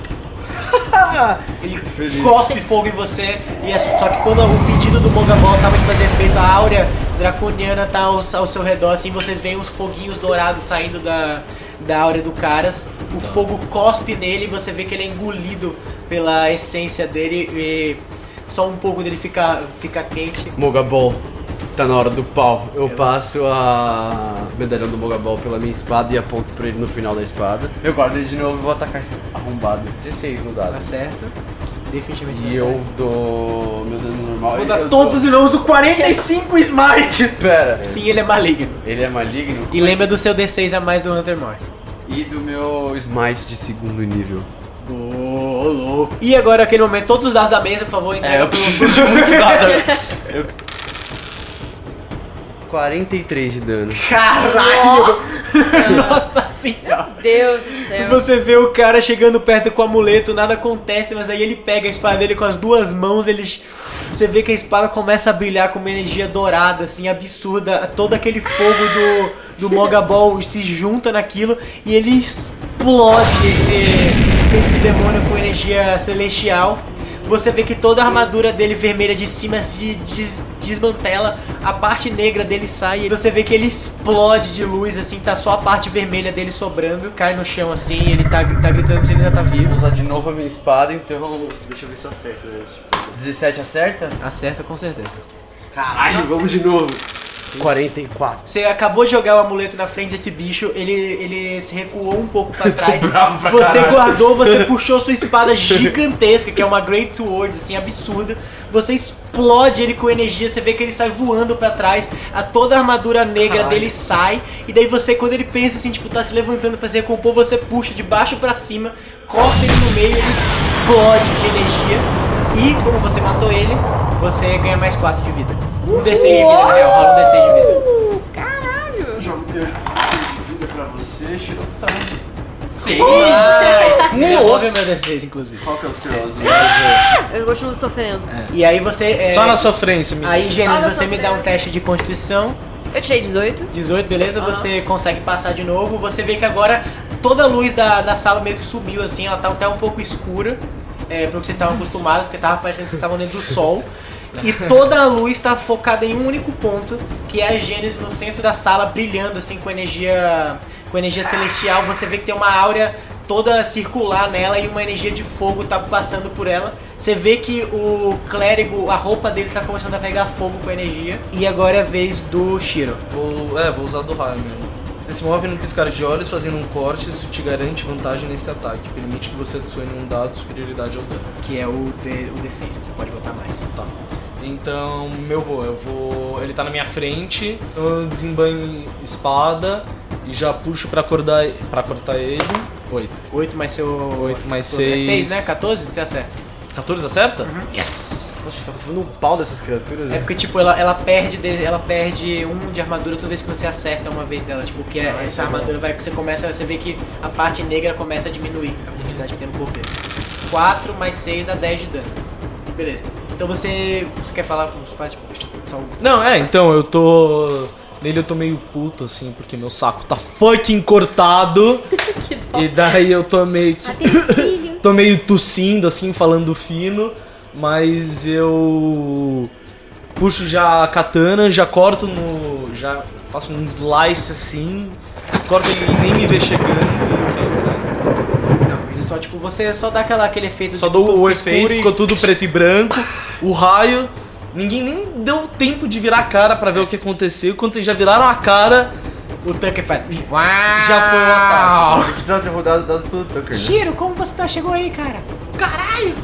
S1: Ele
S3: Feliz.
S1: cospe fogo em você, e é só que quando o pedido do Mogabol tava de fazer efeito, a áurea draconiana tá ao, ao seu redor, assim, vocês veem os foguinhos dourados saindo da, da áurea do Caras. O fogo cospe nele e você vê que ele é engolido pela essência dele e só um pouco dele fica, fica quente.
S3: Mogabol, tá na hora do pau. Eu passo a medalhão do Mogabol pela minha espada e aponto pra ele no final da espada. Eu guardo ele de novo e vou atacar esse arrombado. 16 no dado.
S1: Acerta. Tá Definitivamente
S3: E
S1: acerta.
S3: eu dou meu dano normal.
S1: Vou
S3: e
S1: dar
S3: eu
S1: todos os irmãos do 45 smites!
S3: Pera.
S1: Sim, ele é maligno.
S3: dou- Ele é maligno
S1: E lembra do seu D6 a mais do Hunter Morte.
S3: e do meu smite de segundo nível.
S1: E agora, aquele momento, todos os dados da mesa, por favor, entrega
S3: É, eu
S1: pro-
S3: preciso de muito dado. Eu... 43 de dano.
S1: Caralho! Nossa senhora!
S2: Deus do céu.
S1: Você vê o cara chegando perto com o amuleto, nada acontece, mas aí ele pega a espada dele com as duas mãos, ele. Você vê que a espada começa a brilhar com uma energia dourada, assim, absurda. Todo aquele fogo do, do Mogabol se junta naquilo e ele explode esse, esse demônio com energia celestial. Você vê que toda a armadura dele vermelha de cima se des- desmantela, a parte negra dele sai, e você vê que ele explode de luz, assim, tá só a parte vermelha dele sobrando, cai no chão assim, e ele tá, tá gritando se ele ainda tá
S3: Vou
S1: vivo.
S3: usar de novo a minha espada, então deixa eu ver se eu acerto. né? Tipo, 17 acerta?
S1: Acerta com certeza.
S3: Caralho, vamos de novo. 44.
S1: Você acabou de jogar o amuleto na frente desse bicho, ele, ele se recuou um pouco pra trás.
S3: bravo pra
S1: você
S3: caralho.
S1: guardou, você puxou sua espada gigantesca, que é uma Great Sword, assim, absurda. Você explode ele com energia, você vê que ele sai voando pra trás, a toda a armadura negra dele sai, e daí você, quando ele pensa assim, tipo, tá se levantando pra se recompor, você puxa de baixo pra cima, corta ele no meio, ele explode de energia. E como você matou ele, você ganha mais 4 de vida. Um D6 de vida, na real, rola um D6 de vida.
S2: Uh, Caralho.
S3: Jogo eu jogo 6 de vida pra você, Shiro. Tá.
S4: É,
S1: Nossa! meu D6, inclusive.
S3: Qual que é o seu azul?
S2: Eu continuo sofrendo.
S1: E aí você. é,
S4: Só na sofrência, menino.
S1: Aí,
S2: Só
S1: Gênesis,
S2: na
S1: você me dá um
S2: sofrência.
S1: teste de constituição.
S2: Eu tirei 18.
S1: 18, beleza? Você consegue passar de novo. Você vê que agora toda a luz da, da sala meio que sumiu, assim, ela tá até um pouco escura. É, pro que vocês estavam acostumados, porque tava parecendo que vocês estavam dentro do sol. E toda a luz tá focada em um único ponto, que é a Gênesis no centro da sala, brilhando assim com energia. com energia celestial. Você vê que tem uma áurea toda circular nela e uma energia de fogo tá passando por ela. Você vê que o clérigo, a roupa dele tá começando a pegar fogo com a energia. E agora é a vez do Shiro.
S4: Vou, é, vou usar do raio mesmo. Você se move num piscar de olhos fazendo um corte, isso te garante vantagem nesse ataque. Permite que você adicione um dado de superioridade ao dano.
S1: Que é o, D, o D6, que você pode botar mais.
S4: Tá. Então, meu vou, eu vou. Ele tá na minha frente, eu desembanho espada e já puxo pra acordar para cortar ele. Oito.
S1: 8 mais seu.
S4: Oito mais
S1: seu- É
S4: seis.
S1: seis, né? 14? Você acerta.
S4: 14 acerta?
S2: Uhum.
S4: Yes!
S3: Nossa, a gente tá fazendo um pau dessas criaturas.
S1: É porque, tipo, ela, ela perde de- ela perde um de armadura toda vez que você acerta uma vez dela. Tipo,
S4: Ah,
S1: que é- essa armadura vai. Você começa, você vê que a parte negra começa a diminuir a quantidade que tem no corpo dele. 4 mais 6 dá 10 de dano. Beleza. Então você. Você quer falar como você faz? Tipo, só um-
S4: Não, é, então, eu tô. Nele eu tô meio puto, assim, porque meu saco tá fucking cortado.
S2: Que dó.
S4: e daí eu tô meio que.
S2: Ah, tem os filhos.
S4: tô meio tossindo, assim, falando fino, mas eu puxo já a katana, já corto no. já faço um slice assim, corto ele nem me vê chegando e quero, né?
S1: Não, ele só, tipo, você só dá aquela, aquele efeito
S4: Só
S1: de
S4: dou
S1: tudo
S4: o
S1: escuro
S4: efeito,
S1: e-
S4: ficou tudo preto e branco, o raio. Ninguém nem deu tempo de virar a cara pra ver o que aconteceu. Quando vocês já viraram a cara,
S1: O Tucker faz. Uau!
S4: já foi o ataque.
S3: Você precisava ter rodado dado pelo Tucker, né?
S1: Cheiro, como você tá, chegou aí, cara? Caralho!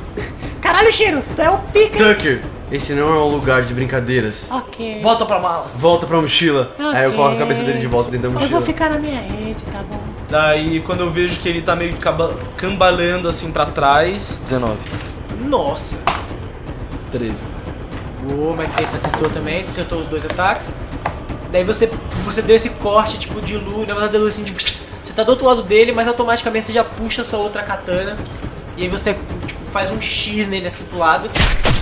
S1: Caralho, Cheiro, tu é o pica!
S3: Tucker, esse não é um lugar de brincadeiras.
S1: Ok.
S4: Volta pra mala.
S3: Volta pra mochila. Aí eu coloco a cabeça dele de volta dentro da
S1: Eu
S3: mochila.
S1: vou ficar na minha rede, tá bom?
S4: Daí, quando eu vejo que ele tá meio que caba- cambaleando assim pra trás. 19.
S1: Nossa!
S4: 13.
S1: Uou, mas você acertou também, você acertou os dois ataques. Daí você, você deu esse corte, tipo, de luz, na verdade, luz assim, tipo, você tá do outro lado dele, mas automaticamente você já puxa a sua outra katana. E aí você, tipo, faz um X nele assim pro lado.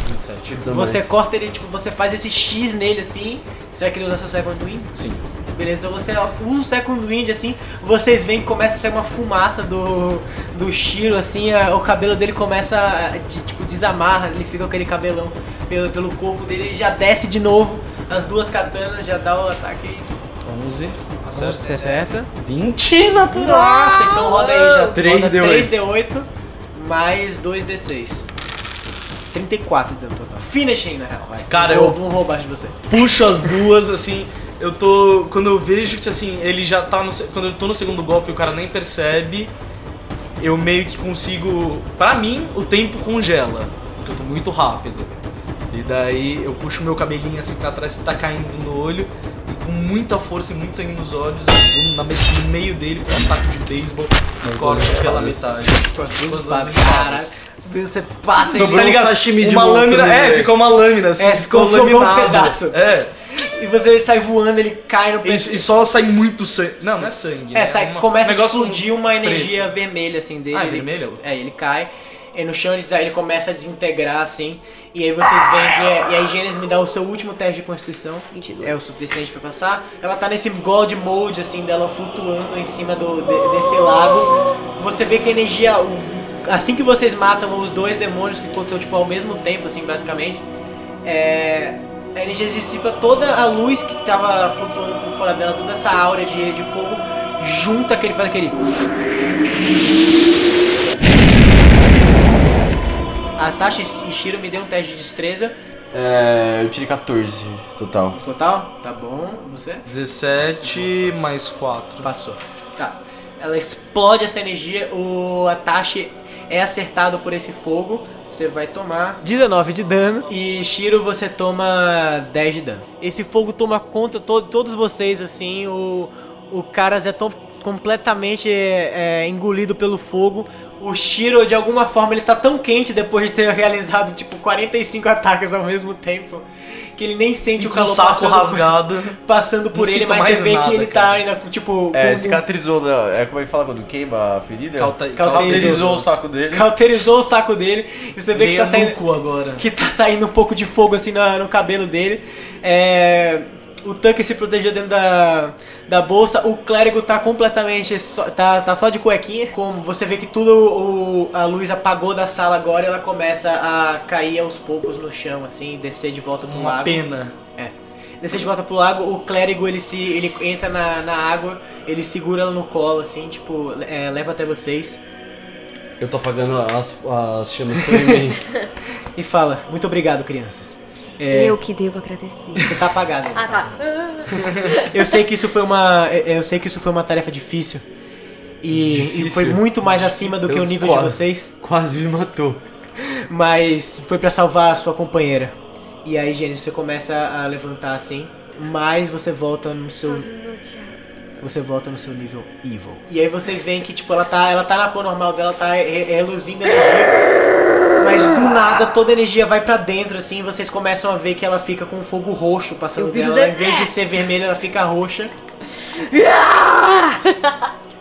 S4: 27.
S3: Então,
S1: Você
S3: mas-
S1: corta ele, tipo, você faz esse X nele assim. Será que ele usa seu Second Wind?
S4: Sim.
S1: Beleza, então você ó, usa o Second Wind assim, vocês veem que começa a sair uma fumaça do, do Shiro, assim, a- o cabelo dele começa a de- tipo, desamarra, ele fica com aquele cabelão pelo, pelo corpo dele, ele já desce de novo, as duas katanas já dá o ataque aí.
S4: 11.
S1: Você
S4: Acerta.
S1: acerta.
S4: 20 natural.
S1: Nossa, então roda aí já.
S3: Três
S1: roda
S3: D8.
S1: 3D8 mais 2D6. 34 dano então, total. Finishing na real, vai.
S4: Cara,
S1: vou,
S4: eu-
S1: vou roubar de você.
S4: Puxo as duas, assim. Eu tô. Quando eu vejo que assim, ele já tá no. se- Quando eu tô no segundo golpe e o cara nem percebe, eu meio que consigo. Pra mim, o tempo congela. Porque eu tô muito rápido. E daí eu puxo meu cabelinho assim pra trás, tá caindo no olho. E com muita força e muito sangue nos olhos, eu vou na me- no meio dele com um taco de beisebol e corto pela metade.
S3: Tá
S1: Com as
S4: Com
S1: duas
S4: as duas
S1: espadas, cara.
S4: espadas.
S1: Você passa tá
S3: Sobrou
S1: e
S3: um sashimi de
S4: uma
S3: monstro,
S4: lâmina.
S3: né,
S4: É,
S3: velho?
S4: ficou uma lâmina, assim,
S1: É,
S4: ficou,
S1: ficou um
S4: laminado.
S1: pedaço.
S4: É.
S1: E você sai voando, ele cai no
S4: E,
S1: peito.
S4: e só sai muito sangue. Não, não é sangue.
S1: É,
S4: né?
S1: sai,
S4: uma-
S1: começa
S4: um
S1: a
S4: negócio
S1: explodir uma
S4: preto.
S1: energia vermelha assim dele.
S4: Ah, é
S1: Ele-
S4: vermelho?
S1: É, ele cai. E no chão ele, des- aí ele começa a desintegrar assim. E aí vocês veem que. É, e aí Gênesis me dá o seu último teste de constituição.
S2: 22.
S1: É o suficiente pra passar. Ela tá nesse gold mode assim dela flutuando em cima do, de- desse lago. Você vê que a energia. o- assim que vocês matam os dois demônios que aconteceu tipo ao mesmo tempo, assim, basicamente. É, a energia dissipa toda a luz que tava flutuando por fora dela, toda essa aura de, de fogo, junta aquele faz aquele. A Tasha Ishiro me deu um teste de destreza.
S3: É, eu tirei 14 total.
S1: Total? Tá bom. Você?
S4: 17 mais 4.
S1: Passou. Tá. Ela explode essa energia, o Atashi é acertado por esse fogo. Você vai tomar 19 de dano. E Shiro, você toma 10 de dano. Esse fogo toma conta de todos vocês, assim. O, o Karas é tão completamente é, é, engolido pelo fogo. O Shiro, de alguma forma, ele tá tão quente depois de ter realizado, tipo, 45 ataques ao mesmo tempo. Que ele nem sente
S4: E
S1: o
S4: com o
S1: calor
S4: saco
S1: passando por-
S4: rasgado.
S1: passando por
S4: Não
S1: ele,
S4: sinto
S1: mas
S4: mais
S1: você vê
S4: nada,
S1: que ele tá
S4: cara.
S1: ainda com, tipo.
S3: É,
S1: com-
S3: cicatrizou, né? É como é que fala quando queima a ferida?
S4: Cauta-
S3: Cauterizou
S1: cauterizou.
S3: o saco dele.
S1: Cauterizou o saco dele. E você vê que
S4: Meio
S1: tá
S4: no
S1: saindo.
S4: cu agora.
S1: Que tá saindo um pouco de fogo assim na- no cabelo dele. É, O Tucker se protegeu dentro da, da bolsa. O clérigo tá completamente. só- tá, tá só de cuequinha. Como você vê que tudo o- a luz apagou da sala agora e ela começa a cair aos poucos no chão, assim, descer de volta pro
S4: Uma
S1: lago.
S4: pena.
S1: É. Desce de volta pro lago, o clérigo ele se ele entra na, na água, ele segura ela no colo, assim, tipo, é, leva até vocês
S3: Eu tô apagando as, as chamas também.
S1: e fala: Muito obrigado, crianças. É,
S2: Eu que devo agradecer.
S1: Você tá apagado.
S2: Ah, tá.
S1: Eu sei que isso foi uma. é, Eu sei que isso foi uma tarefa difícil. E,
S3: Difícil?
S1: e foi muito mais acima do que
S3: Eu
S1: o nível de
S3: concordo.
S1: vocês.
S3: Quase me matou.
S1: Mas foi pra salvar a sua companheira. E aí, Gênesis, você começa a levantar assim, mas você volta no seu. você volta no seu nível evil. E aí vocês veem que, tipo, ela tá, ela tá na cor normal dela, tá re- reluzindo energia. Mas Mas do nada toda a energia vai pra dentro, assim, e vocês começam a ver que ela fica com fogo roxo passando
S2: O vírus
S1: dela.
S2: é
S1: Em vez de
S2: Zé.
S1: ser vermelha, ela fica roxa.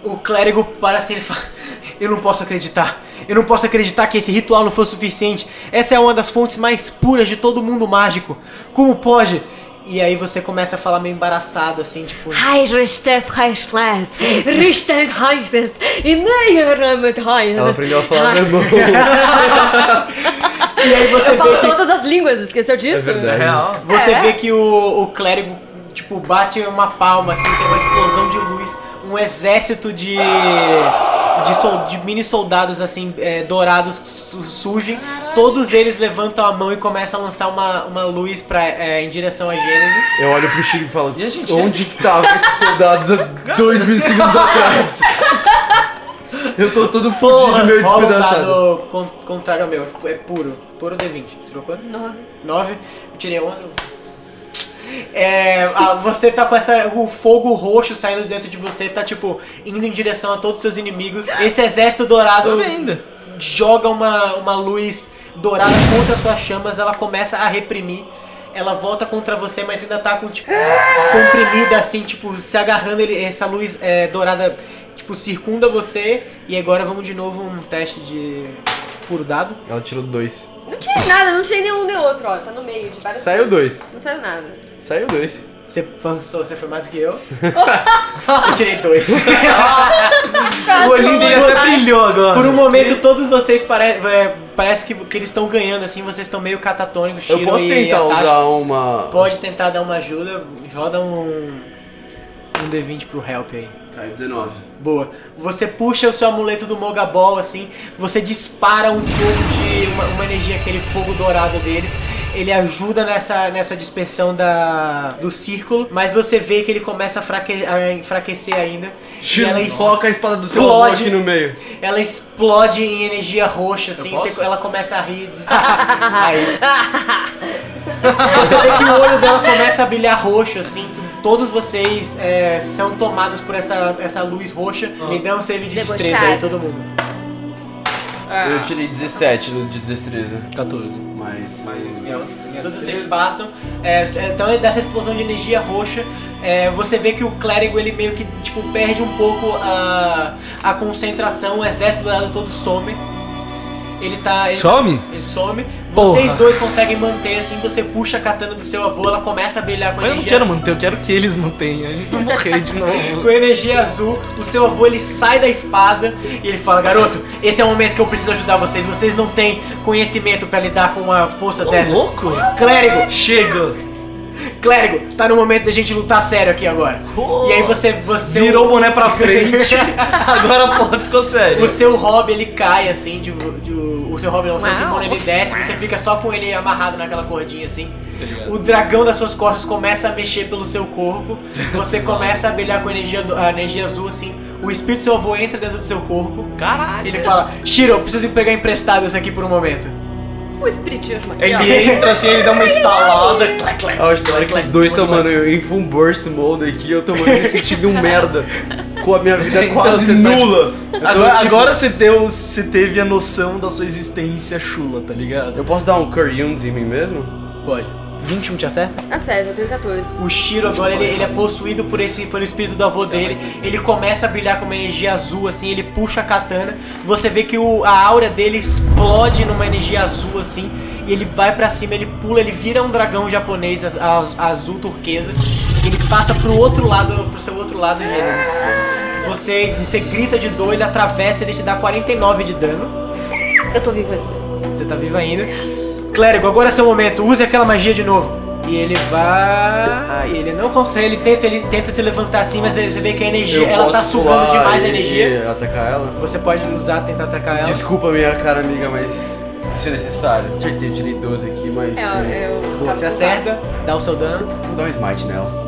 S1: O clérigo para assim e fala: Eu não posso acreditar. Eu não posso acreditar que esse ritual não foi o suficiente. Essa é uma das fontes mais puras de todo mundo mágico. Como pode? E aí você começa a falar meio embaraçado, assim, tipo.
S2: Heiderstef Heistlas, Richten Heistes, e Neyermet
S3: Ela
S2: Heistes.
S3: aprendeu a falar alemão.
S1: E aí você
S2: Eu
S1: vê
S2: falo
S1: que.
S2: todas as línguas, esqueceu disso?
S3: verdade.
S5: É real.
S1: Você
S2: É.
S1: vê que o, o clérigo, tipo, bate uma palma, assim, tem uma explosão de luz, um exército de. de, sol- de mini soldados, assim, é, dourados su- surgem. Todos eles levantam a mão e começam a lançar uma, uma luz pra, é, em direção a Gênesis.
S3: Eu olho pro Chico e falo,
S5: E a gente-
S3: onde estavam esses soldados há dois mil segundos atrás? Eu tô todo fudido, meio
S1: Rola um
S3: despedaçado.
S1: dado con- contrário ao meu, é puro. Puro D20. Tirou quanto? 9, eu tirei 11. É, ah, você tá com essa, o fogo roxo saindo de dentro de você, tá tipo indo em direção a todos os seus inimigos. Esse exército dourado
S5: Tô vendo.
S1: joga uma, uma luz dourada contra as suas chamas, ela começa a reprimir. Ela volta contra você, mas ainda tá com tipo comprimida assim, tipo se agarrando. Ele, essa luz é, dourada tipo circunda você. E agora vamos de novo um teste de puro dado.
S3: Ela tirou dois.
S2: Não tinha nada, não tinha nenhum nem outro, ó, tá no meio de vários.
S3: Saiu dois.
S2: Não saiu nada.
S3: Saiu dois.
S1: Você passou, você foi mais do que eu. eu tirei dois.
S4: Tá
S5: O olhinho dele até brilhou agora.
S1: Por um momento todos vocês pare é, parece que, que eles estão ganhando, assim, vocês estão meio catatônicos.
S3: Eu
S1: Shiro
S3: posso
S1: e
S3: tentar
S1: Atashi.
S3: usar uma...
S1: Pode tentar dar uma ajuda, roda um. um D20 pro help aí.
S3: Caiu 19.
S1: Boa. Você puxa o seu amuleto do Mogabol assim, você dispara um fogo de. uma, uma energia, aquele fogo dourado dele. Ele ajuda nessa, nessa dispersão da, do círculo, mas você vê que ele começa a, fraque- a enfraquecer ainda. e ela
S3: Chico, coloca a espada do seu avô
S1: explode
S3: aqui no meio.
S1: ela explode em energia roxa, assim,
S5: posso?
S1: você- ela começa a rir. diz- Aí. você vê que o olho dela começa a brilhar roxo, assim. Todos vocês é, são tomados por essa, essa luz roxa. Me dá um save de destreza aí,
S2: Debochado.
S1: todo mundo.
S3: Eu tirei 17 no- de destreza.
S5: 14.
S3: Mas...
S4: Mas minha, minha
S1: Todos vocês
S4: destreza-
S1: passam. É, então, dessa explosão de energia roxa, é, você vê que o clérigo ele meio que tipo, perde um pouco a, a concentração. O exército do lado todo some. Ele tá. ele-
S5: Some?
S1: Ele some.
S5: Porra.
S1: Vocês dois conseguem manter, assim, você puxa a katana do seu avô, ela começa a brilhar com
S5: Mas eu não
S1: energia.
S5: quero manter, eu quero que eles mantenham. A gente vai morrer de novo.
S1: Com energia azul, o seu avô ele sai da espada e ele fala: Garoto, esse é o momento que eu preciso ajudar vocês. Vocês não têm conhecimento pra lidar com uma força
S5: Ô,
S1: dessa.
S5: louco?
S1: Clérigo,
S5: Chega!
S1: clérigo, tá no momento da gente lutar sério aqui agora.
S5: Pô.
S1: E aí você. você um
S5: Virou o boné pra frente. Agora a porra ficou séria.
S1: O seu hobby ele cai assim, de, de- o seu hobby não, o seu
S2: Uau.
S1: kimono ele desce, você fica só com ele amarrado naquela cordinha assim. O dragão das suas costas começa a mexer pelo seu corpo, você começa a brilhar com energia, do- a energia azul assim. O espírito do seu avô entra dentro do seu corpo.
S5: Caralho!
S1: Ele fala: Shiro, eu preciso pegar emprestado isso aqui por um momento.
S2: O espiritismo aqui, ó.
S4: Ele entra assim, ele dá uma estalada. clac, clac.
S3: Eu acho que na hora que os dois estão, mano, em full burst mode aqui, eu tô, mano, me sentindo um merda. Com a minha vida
S5: Então,
S3: quase
S5: você tá,
S3: nula. Eu tô,
S5: Agora,
S3: tipo,
S5: agora você, deu, você teve a noção da sua existência chula, tá ligado?
S3: Eu posso dar um Koreans em mim mesmo?
S1: Pode. 21 te acerta?
S2: Tá certo, eu tenho 14.
S1: O Shiro agora ele, ele é possuído por esse, pelo espírito do avô dele. Ele começa a brilhar com uma energia azul, assim, ele puxa a katana. Você vê que o- a aura dele explode numa energia azul, assim. E ele vai pra cima, ele pula, ele vira um dragão japonês az- az- azul turquesa. Ele passa pro outro lado, pro seu outro lado, Gênesis. Você, você grita de dor, ele atravessa, ele te dá 49 de dano.
S2: Eu tô viva ainda.
S1: Você tá vivo ainda. Clérigo, agora é seu momento. Use aquela magia de novo. E ele vai. Ele não consegue. Ele tenta, ele tenta se levantar assim, mas você vê que a energia.
S3: Eu
S1: Ela tá
S3: posso
S1: sugando
S3: pular
S1: demais a
S3: e-
S1: energia.
S3: e atacar ela?
S1: Você pode usar, tentar atacar ela.
S3: Desculpa, minha cara amiga, mas isso é necessário. Acertei, eu tirei 12 aqui, mas...
S2: É, ó,
S3: sim.
S2: eu.
S1: Boa, você acerta, dá o seu dano.
S3: Vou dar um smite nela.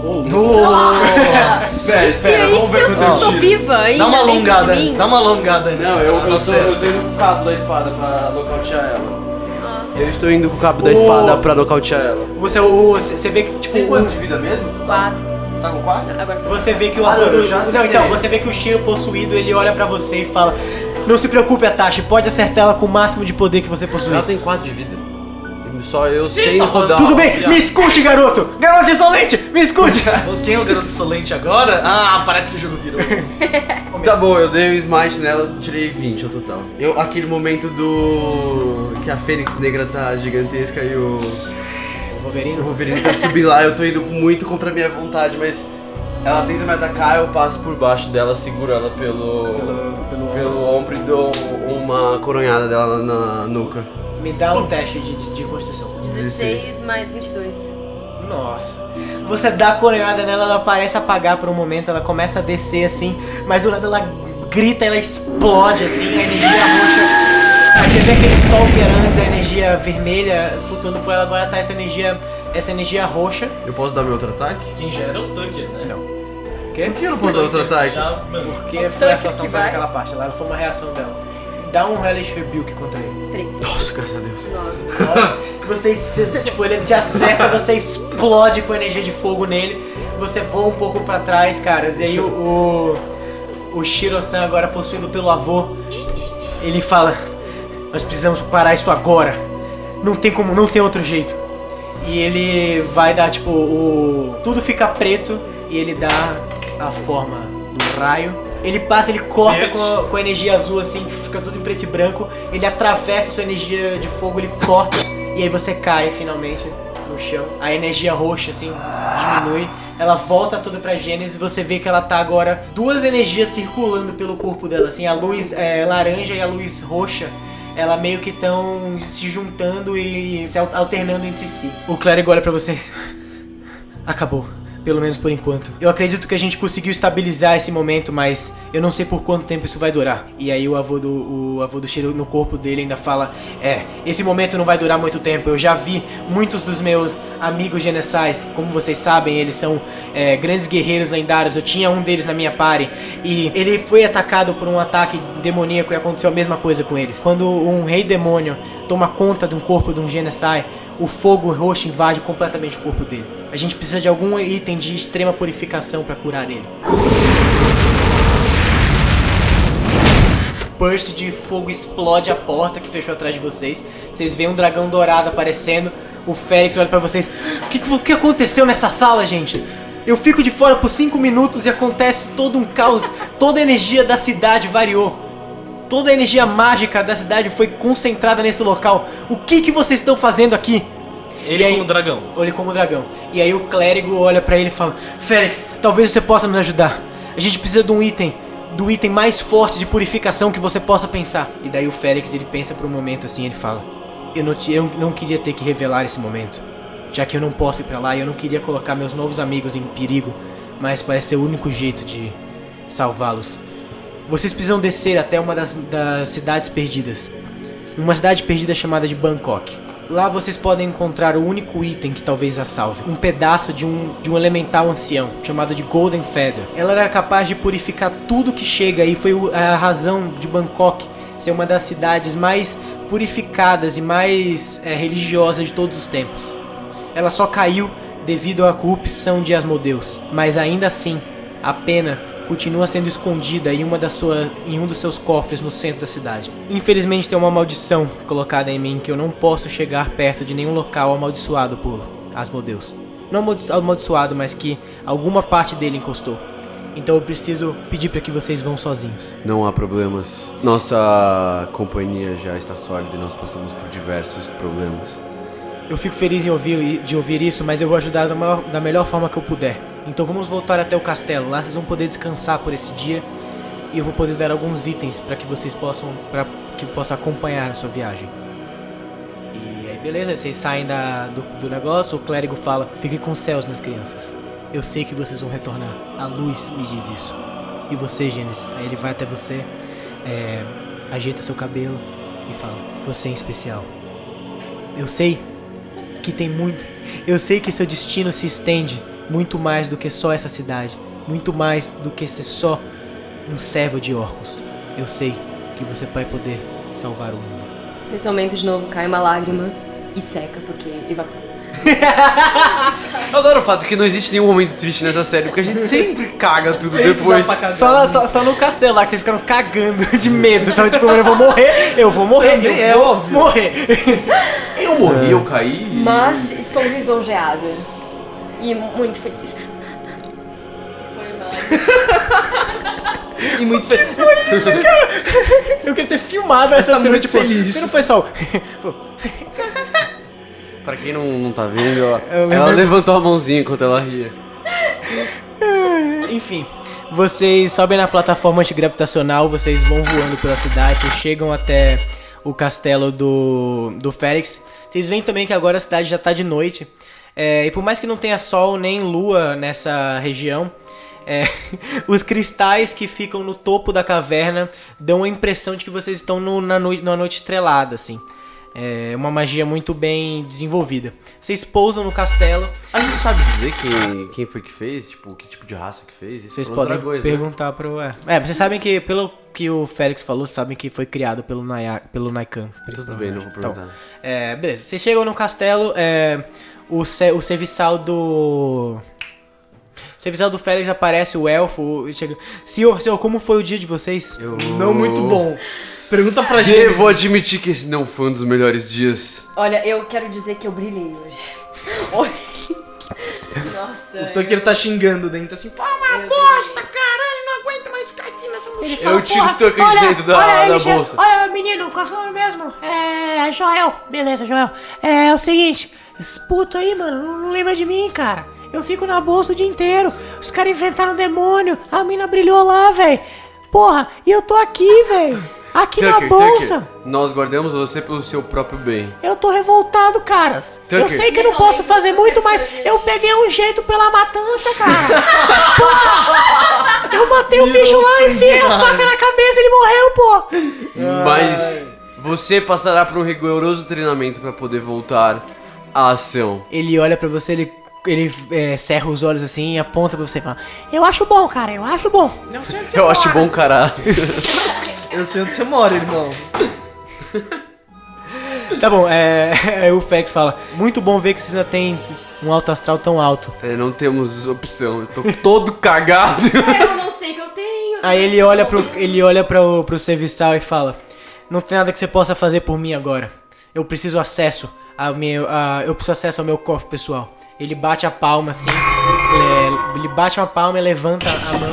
S5: Nossa!
S3: Espera,
S2: Se
S3: espera, vamos ver
S2: eu
S3: quanto eu
S2: tô
S3: tiro.
S2: viva ainda.
S5: Dá uma
S2: dentro de
S5: alongada
S2: mim.
S5: antes, dá uma alongada antes.
S3: Não, eu, eu,
S5: Tá
S3: tô,
S5: certo.
S3: eu tô indo com o cabo da espada pra nocautear ela.
S2: Nossa,
S3: Eu estou indo com o cabo da
S1: Ô.
S3: espada pra nocautear ela.
S1: Você, o- você vê que, tipo,
S3: Tem quanto
S1: o-
S3: de vida mesmo? Tu tá,
S2: quatro.
S3: tu tá com 4?
S2: Agora
S1: Você vê que o
S3: Ah,
S1: avô
S3: eu
S1: do.
S3: já
S1: Não,
S3: acertei.
S1: então, você vê que o Shiro possuído, ele olha pra você e fala: Não se preocupe, Atashi, pode acertar ela com o máximo de poder que você possui.
S3: Ela tem 4 de vida. Só eu sei
S4: tá falando
S3: rodar.
S1: Tudo
S4: Ah,
S1: bem,
S4: viado.
S1: me escute, garoto! Garoto insolente, me escute!
S4: Mas quem é o garoto solente agora? Ah, parece que o jogo virou.
S3: Tá bom, eu dei o smite nela, tirei 20 ao total. Eu, aquele momento do. que a Fênix Negra tá gigantesca e o. O Wolverine tá subir lá, eu tô indo muito contra a minha vontade, mas. Ela tenta me atacar, eu passo por baixo dela, seguro ela pelo. pelo, ombro e dou uma coronhada dela na nuca.
S1: Me dá um teste de, de, de construção.
S2: 16 mais 22.
S1: Nossa. Você dá a coronhada nela, ela parece apagar por um momento, ela começa a descer assim, mas do nada ela grita, ela explode assim, a energia roxa. Aí você vê aquele sol que era antes, a energia vermelha flutuando por ela, agora tá essa energia, essa energia roxa.
S3: Eu posso dar meu outro ataque?
S4: Quem gera é o Tucker, né? Não.
S1: Que?
S3: Por que eu não posso dar outro ataque?
S4: Já, mano.
S1: Porque foi a
S2: Tanto
S1: sua ação
S2: que
S1: foi
S2: vai.
S1: naquela parte, lá foi uma reação dela. Dá um Hellish Rebuke contra ele.
S2: 3.
S3: Nossa, graças a Deus.
S1: Você, se- tipo, ele te acerta, você explode com energia de fogo nele. Você voa um pouco pra trás, caras. E aí o, o, o Shiro-san, agora possuído pelo avô, ele fala: Nós precisamos parar isso agora. Não tem como, não tem outro jeito. E ele vai dar, tipo, o. Tudo fica preto e ele dá a forma do raio. Ele passa, ele corta
S4: Bitch.
S1: com a, com a energia azul, assim, que fica tudo em preto e branco. Ele atravessa sua energia de fogo, ele corta. E aí você cai finalmente no chão. A energia roxa, assim, diminui. Ela volta toda pra Gênesis. Você vê que ela tá agora duas energias circulando pelo corpo dela, assim, a luz é, laranja e a luz roxa ela meio que estão se juntando e se al- alternando entre si. O clérigo olha pra vocês. Acabou. Pelo menos por enquanto. Eu acredito que a gente conseguiu estabilizar esse momento, mas eu não sei por quanto tempo isso vai durar. E aí o avô do o avô do Shiro no corpo dele ainda fala: "É, esse momento não vai durar muito tempo. Eu já vi muitos dos meus amigos genessais, como vocês sabem, eles são é, grandes guerreiros lendários. Eu tinha um deles na minha party e ele foi atacado por um ataque demoníaco e aconteceu a mesma coisa com eles. Quando um rei demônio toma conta de um corpo de um genessai, o fogo roxo invade completamente o corpo dele. A gente precisa de algum item de extrema purificação pra curar ele. burst de fogo explode a porta que fechou atrás de vocês. Vocês veem um dragão dourado aparecendo. O Félix olha pra vocês. O que, o que aconteceu nessa sala, gente? Eu fico de fora por 5 minutos e acontece todo um caos. Toda a energia da cidade variou. Toda a energia mágica da cidade foi concentrada nesse local. O que, que vocês estão fazendo aqui?
S4: Ele
S1: E aí-
S4: é um dragão.
S1: olhe como o dragão. E aí o clérigo olha pra ele e fala: Félix, talvez você possa nos ajudar. A gente precisa de um item, do item mais forte de purificação que você possa pensar. E daí o Félix ele pensa por um momento assim, ele fala: Eu não, te- eu não queria ter que revelar esse momento, já que eu não posso ir pra lá e eu não queria colocar meus novos amigos em perigo, mas parece ser o único jeito de salvá-los. Vocês precisam descer até uma das, das cidades perdidas. Uma cidade perdida chamada de Bangkok. Lá vocês podem encontrar o único item que talvez a salve. Um pedaço de um, de um elemental ancião, chamado de Golden Feather. Ela era capaz de purificar tudo que chega e foi o- a razão de Bangkok ser uma das cidades mais purificadas e mais eh, religiosas de todos os tempos. Ela só caiu devido à corrupção de Asmodeus, mas ainda assim, a pena continua sendo escondida em, uma das suas, em um dos seus cofres no centro da cidade. Infelizmente tem uma maldição colocada em mim que eu não posso chegar perto de nenhum local amaldiçoado por Asmodeus. Não amaldi- amaldiçoado, mas que alguma parte dele encostou. Então eu preciso pedir para que vocês vão sozinhos.
S3: Não há problemas. Nossa companhia já está sólida e nós passamos por diversos problemas.
S1: Eu fico feliz em ouvir, de ouvir isso, mas eu vou ajudar da, maior- da melhor forma que eu puder. Então vamos voltar até o castelo. Lá vocês vão poder descansar por esse dia e eu vou poder dar alguns itens para que vocês possam, para que eu possa acompanhar a sua viagem. E aí, beleza? Vocês saem da- do, do negócio. O clérigo fala: "Fiquem com os céus, minhas crianças. Eu sei que vocês vão retornar. A luz me diz isso. E você, Gênesis? Aí ele vai até você, é, ajeita seu cabelo e fala: Você em especial. Eu sei que tem muito. Eu sei que seu destino se estende muito mais do que só essa cidade, muito mais do que ser só um servo de Orcus. Eu sei que você vai poder salvar o mundo.
S2: Nesse momento, de novo, cai uma lágrima e seca, porque evapora.
S3: Eu adoro o fato que não existe nenhum momento triste nessa série, porque a gente sempre caga tudo depois.
S1: Só, na- só, só no castelo lá, que vocês ficaram cagando de medo. Então, tipo, eu vou morrer, eu vou morrer,
S3: Também
S1: eu
S3: é
S1: vou
S3: óbvio.
S1: morrer.
S3: Eu morri, eu caí.
S2: Mas estou lisonjeada. E muito feliz. Isso foi uma-
S3: E muito feliz. foi isso, cara?
S1: Eu queria ter filmado essa
S3: tá
S1: cena,
S3: muito
S1: tipo,
S3: feliz.
S1: você não foi só... o-
S3: Pra quem não, não tá vendo, ó,
S1: Eu
S3: ela
S1: lembro-
S3: levantou a mãozinha enquanto ela ria.
S1: Enfim, vocês sobem na plataforma antigravitacional, vocês vão voando pela cidade, vocês chegam até o castelo do, do Félix. Vocês veem também que agora a cidade já tá de noite. É, e por mais que não tenha sol nem lua nessa região, é, os cristais que ficam no topo da caverna dão a impressão de que vocês estão no- na noite, numa noite estrelada, assim. É uma magia muito bem desenvolvida. Vocês pousam no castelo,
S3: A gente sabe dizer quem, quem foi que fez, tipo, que tipo de raça que fez? Isso
S1: Vocês
S3: é
S1: podem
S3: outra coisa, né?
S1: perguntar pro. É. é, vocês sabem que, pelo que o Félix falou, sabem que foi criado pelo, Naya, pelo Naikan.
S3: Tudo bem, não vou perguntar.
S1: É, beleza. Vocês chegam no castelo, é, o, se- o serviçal do. O serviçal do Félix aparece, o elfo. e Chega, senhor, senhor, como foi o dia de vocês?
S3: Eu...
S6: Não muito bom. Pergunta pra gente.
S3: Devo admitir que esse não foi um dos melhores dias.
S2: Olha, eu quero dizer que eu brilhei hoje. Hoje. Nossa.
S6: Então que ele tá xingando dentro assim, pá, mas
S2: eu brilhei.
S6: caralho, não aguento mais ficar aqui nessa mulher.
S3: Eu tiro o toque de dentro da, da bolsa.
S1: olha, menino, qual é o seu nome mesmo? É. Joel. Beleza, Joel. É, o seguinte, esse puto aí, mano, não, lembra de mim, cara. Eu fico na bolsa o dia inteiro. Os caras inventaram um demônio. A mina brilhou lá, velho. Porra, e eu tô aqui, velho. Aqui na
S3: Tucker,
S1: bolsa.
S3: Tucker, nós guardamos você pelo seu próprio bem.
S1: Eu tô revoltado, caras. Eu
S3: Tucker.
S1: sei que eu não posso fazer muito, mas eu peguei um jeito pela matança, cara. Porra! Eu matei o bicho lá, enfiei a faca na cabeça e ele morreu, pô.
S3: Mas você passará por um rigoroso treinamento pra poder voltar à ação.
S1: Ele olha pra você, ele, ele é, cerra os olhos assim e aponta pra você e fala: Eu acho bom, cara, eu acho bom.
S3: Eu acho bom caralho.
S6: Eu sei onde você mora, irmão.
S1: Tá bom, é. Aí o Fex fala: Muito bom ver que vocês ainda tem um alto astral tão alto.
S3: É, não temos opção. Eu tô todo cagado.
S2: Ah, Eu não sei o que eu tenho.
S1: Aí ele olha pro, ele olha pro, pro serviçal e fala: Não tem nada que você possa fazer por mim agora. Eu preciso acesso ao meu, a- eu preciso acesso ao meu cofre pessoal. Ele bate a palma assim, é, ele bate uma palma, e levanta a mão,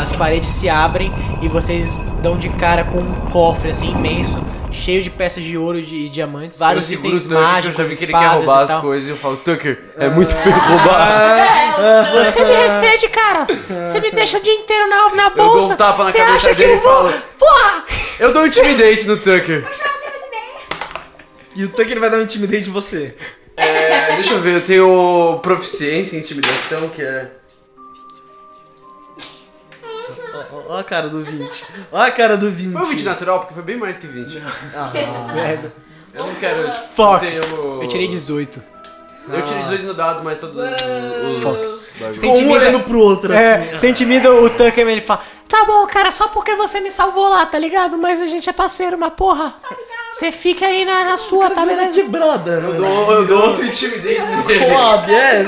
S1: as paredes se abrem e vocês dão de cara com um cofre assim imenso, cheio de peças de ouro e de- e diamantes,
S3: eu
S1: vários
S3: seguro o
S1: itens
S3: Tucker, que eu
S1: mágicos,
S3: já vi que ele quer
S1: espadas e
S3: roubar as
S1: tal.
S3: coisas e eu falo, Tucker, é muito feio roubar.
S1: Você me respeite, cara. Você me deixa o dia inteiro na, na
S3: dou um
S1: bolsa.
S3: tapa na
S1: você
S3: cabeça
S1: acha que
S3: dele
S1: eu
S3: e
S1: vou?
S3: falo,
S1: Porra!
S3: Eu dou um intimidate no Tucker.
S6: E o Tucker vai dar um intimidade em você.
S3: É, deixa eu ver, eu tenho proficiência em intimidação, que é.
S6: Ó, ó a cara do 20. Ó a cara do 20.
S3: Foi um 20 natural, porque foi bem mais que 20. Eu não quero, tipo,
S1: Ah, Fuck.
S3: ter o-
S1: Eu tirei 18.
S3: Eu tirei 18 no dado, mas todos os. os bagulhos.
S1: Sim.
S6: Um olhando pro
S3: Tipo
S6: outro assim.
S1: É,
S3: ah.
S1: você intimida o Tucker, ele fala: Tá bom, cara, só porque você me salvou lá, tá ligado? Mas a gente é parceiro, mas porra. Você fica aí na, na sua, tá
S6: Tá
S1: beleza?
S6: de brother,
S3: Eu
S6: mano.
S3: dou, eu dou outro intimidate nele.
S6: Bob, é.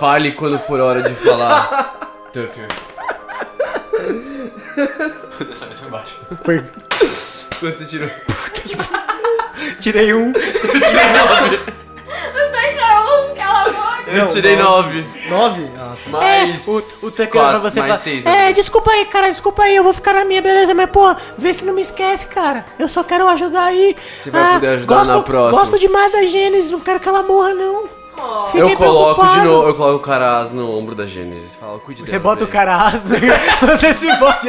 S3: Fale quando for hora de falar, Tucker. Dessa vez foi baixo.
S1: Foi.
S3: Quanto você tirou?
S1: Tirei um.
S3: Eu tirei 9.
S2: Você tirou um, cala a boca.
S3: Eu tirei 9.
S6: 9? Ah,
S3: tá. Mais.
S1: É. o, o Tucker olha pra
S3: quatro,
S1: você e
S3: mais
S1: fala:
S3: né? 6,
S1: É, desculpa aí, cara, desculpa aí, eu vou ficar na minha, beleza? Mas, pô, vê se não me esquece, cara. Eu só quero ajudar aí. Ah,
S3: Você vai poder ajudar
S1: gosto,
S3: na próxima.
S1: Gosto demais da Gênesis, não quero que ela morra, não. Fiquei
S3: Eu coloco de
S1: preocupado.
S3: novo, eu coloco o Caraz no ombro da Gênesis. Fala, cuide
S1: Você
S3: dela,
S1: bota o
S3: bem.
S1: cara asno, você se bota.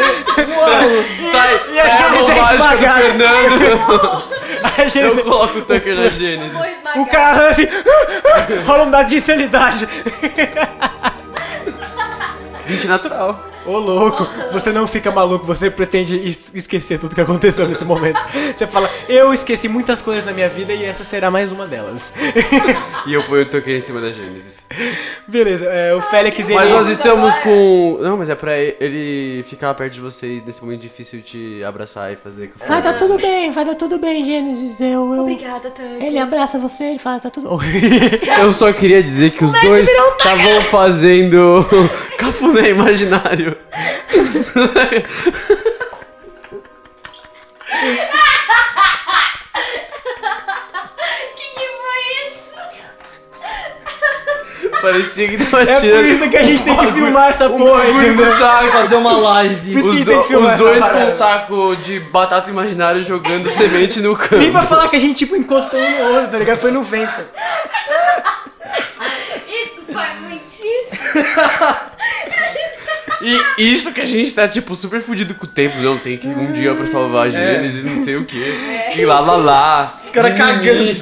S3: Sai,
S1: e a
S3: sai a
S1: Gênesis é
S3: roubagem do
S1: esmagada.
S3: Fernando.
S1: A Gênesis-
S3: Eu coloco o Tucker na Gênesis.
S2: Vou esmagar.
S1: O cara assim, rola um dado de insanidade.
S3: 20 natural.
S1: Ô louco, você não fica maluco, você pretende es- esquecer tudo que aconteceu nesse momento. Você fala, eu esqueci muitas coisas na minha vida e essa será mais uma delas.
S3: E eu, eu toquei em cima da Gênesis.
S1: Beleza, é, o Félix ele.
S3: Mas nós
S2: Vamos
S3: estamos
S2: agora.
S3: com. Não, mas é pra ele ficar perto de você e nesse momento difícil te abraçar e fazer com
S2: Ah,
S7: Vai
S2: tá
S7: dar tudo bem, vai dar tudo bem, Gênesis. Eu, eu...
S2: Obrigada, Tanque.
S7: Ele abraça você, ele fala, tá tudo bom.
S3: Eu só queria dizer que os dois
S2: um
S3: estavam fazendo cafuné imaginário.
S2: Que que foi isso?
S3: Parecia que tava
S1: É por
S3: tirando.
S1: isso que a gente tem que filmar essa porra, entendeu? É
S3: saco, fazer uma
S1: Por
S3: live.
S1: isso que a
S3: Os,
S1: gente tem
S3: do-
S1: que filmar
S3: os
S1: essa
S3: dois
S1: parada.
S3: com um saco de batata imaginária jogando semente no
S1: Nem pra
S3: campo.
S1: falar que a gente tipo encostou um no outro, tá ligado? Foi no vento.
S2: Isso foi muitíssimo.
S3: E isso que a gente tá, tipo, super fudido com o tempo. Não, tem que ir um dia pra
S1: É.
S3: salvar a Gênesis e não sei o que. E lá, lá, lá.
S6: Os caras cagando.
S1: Hum.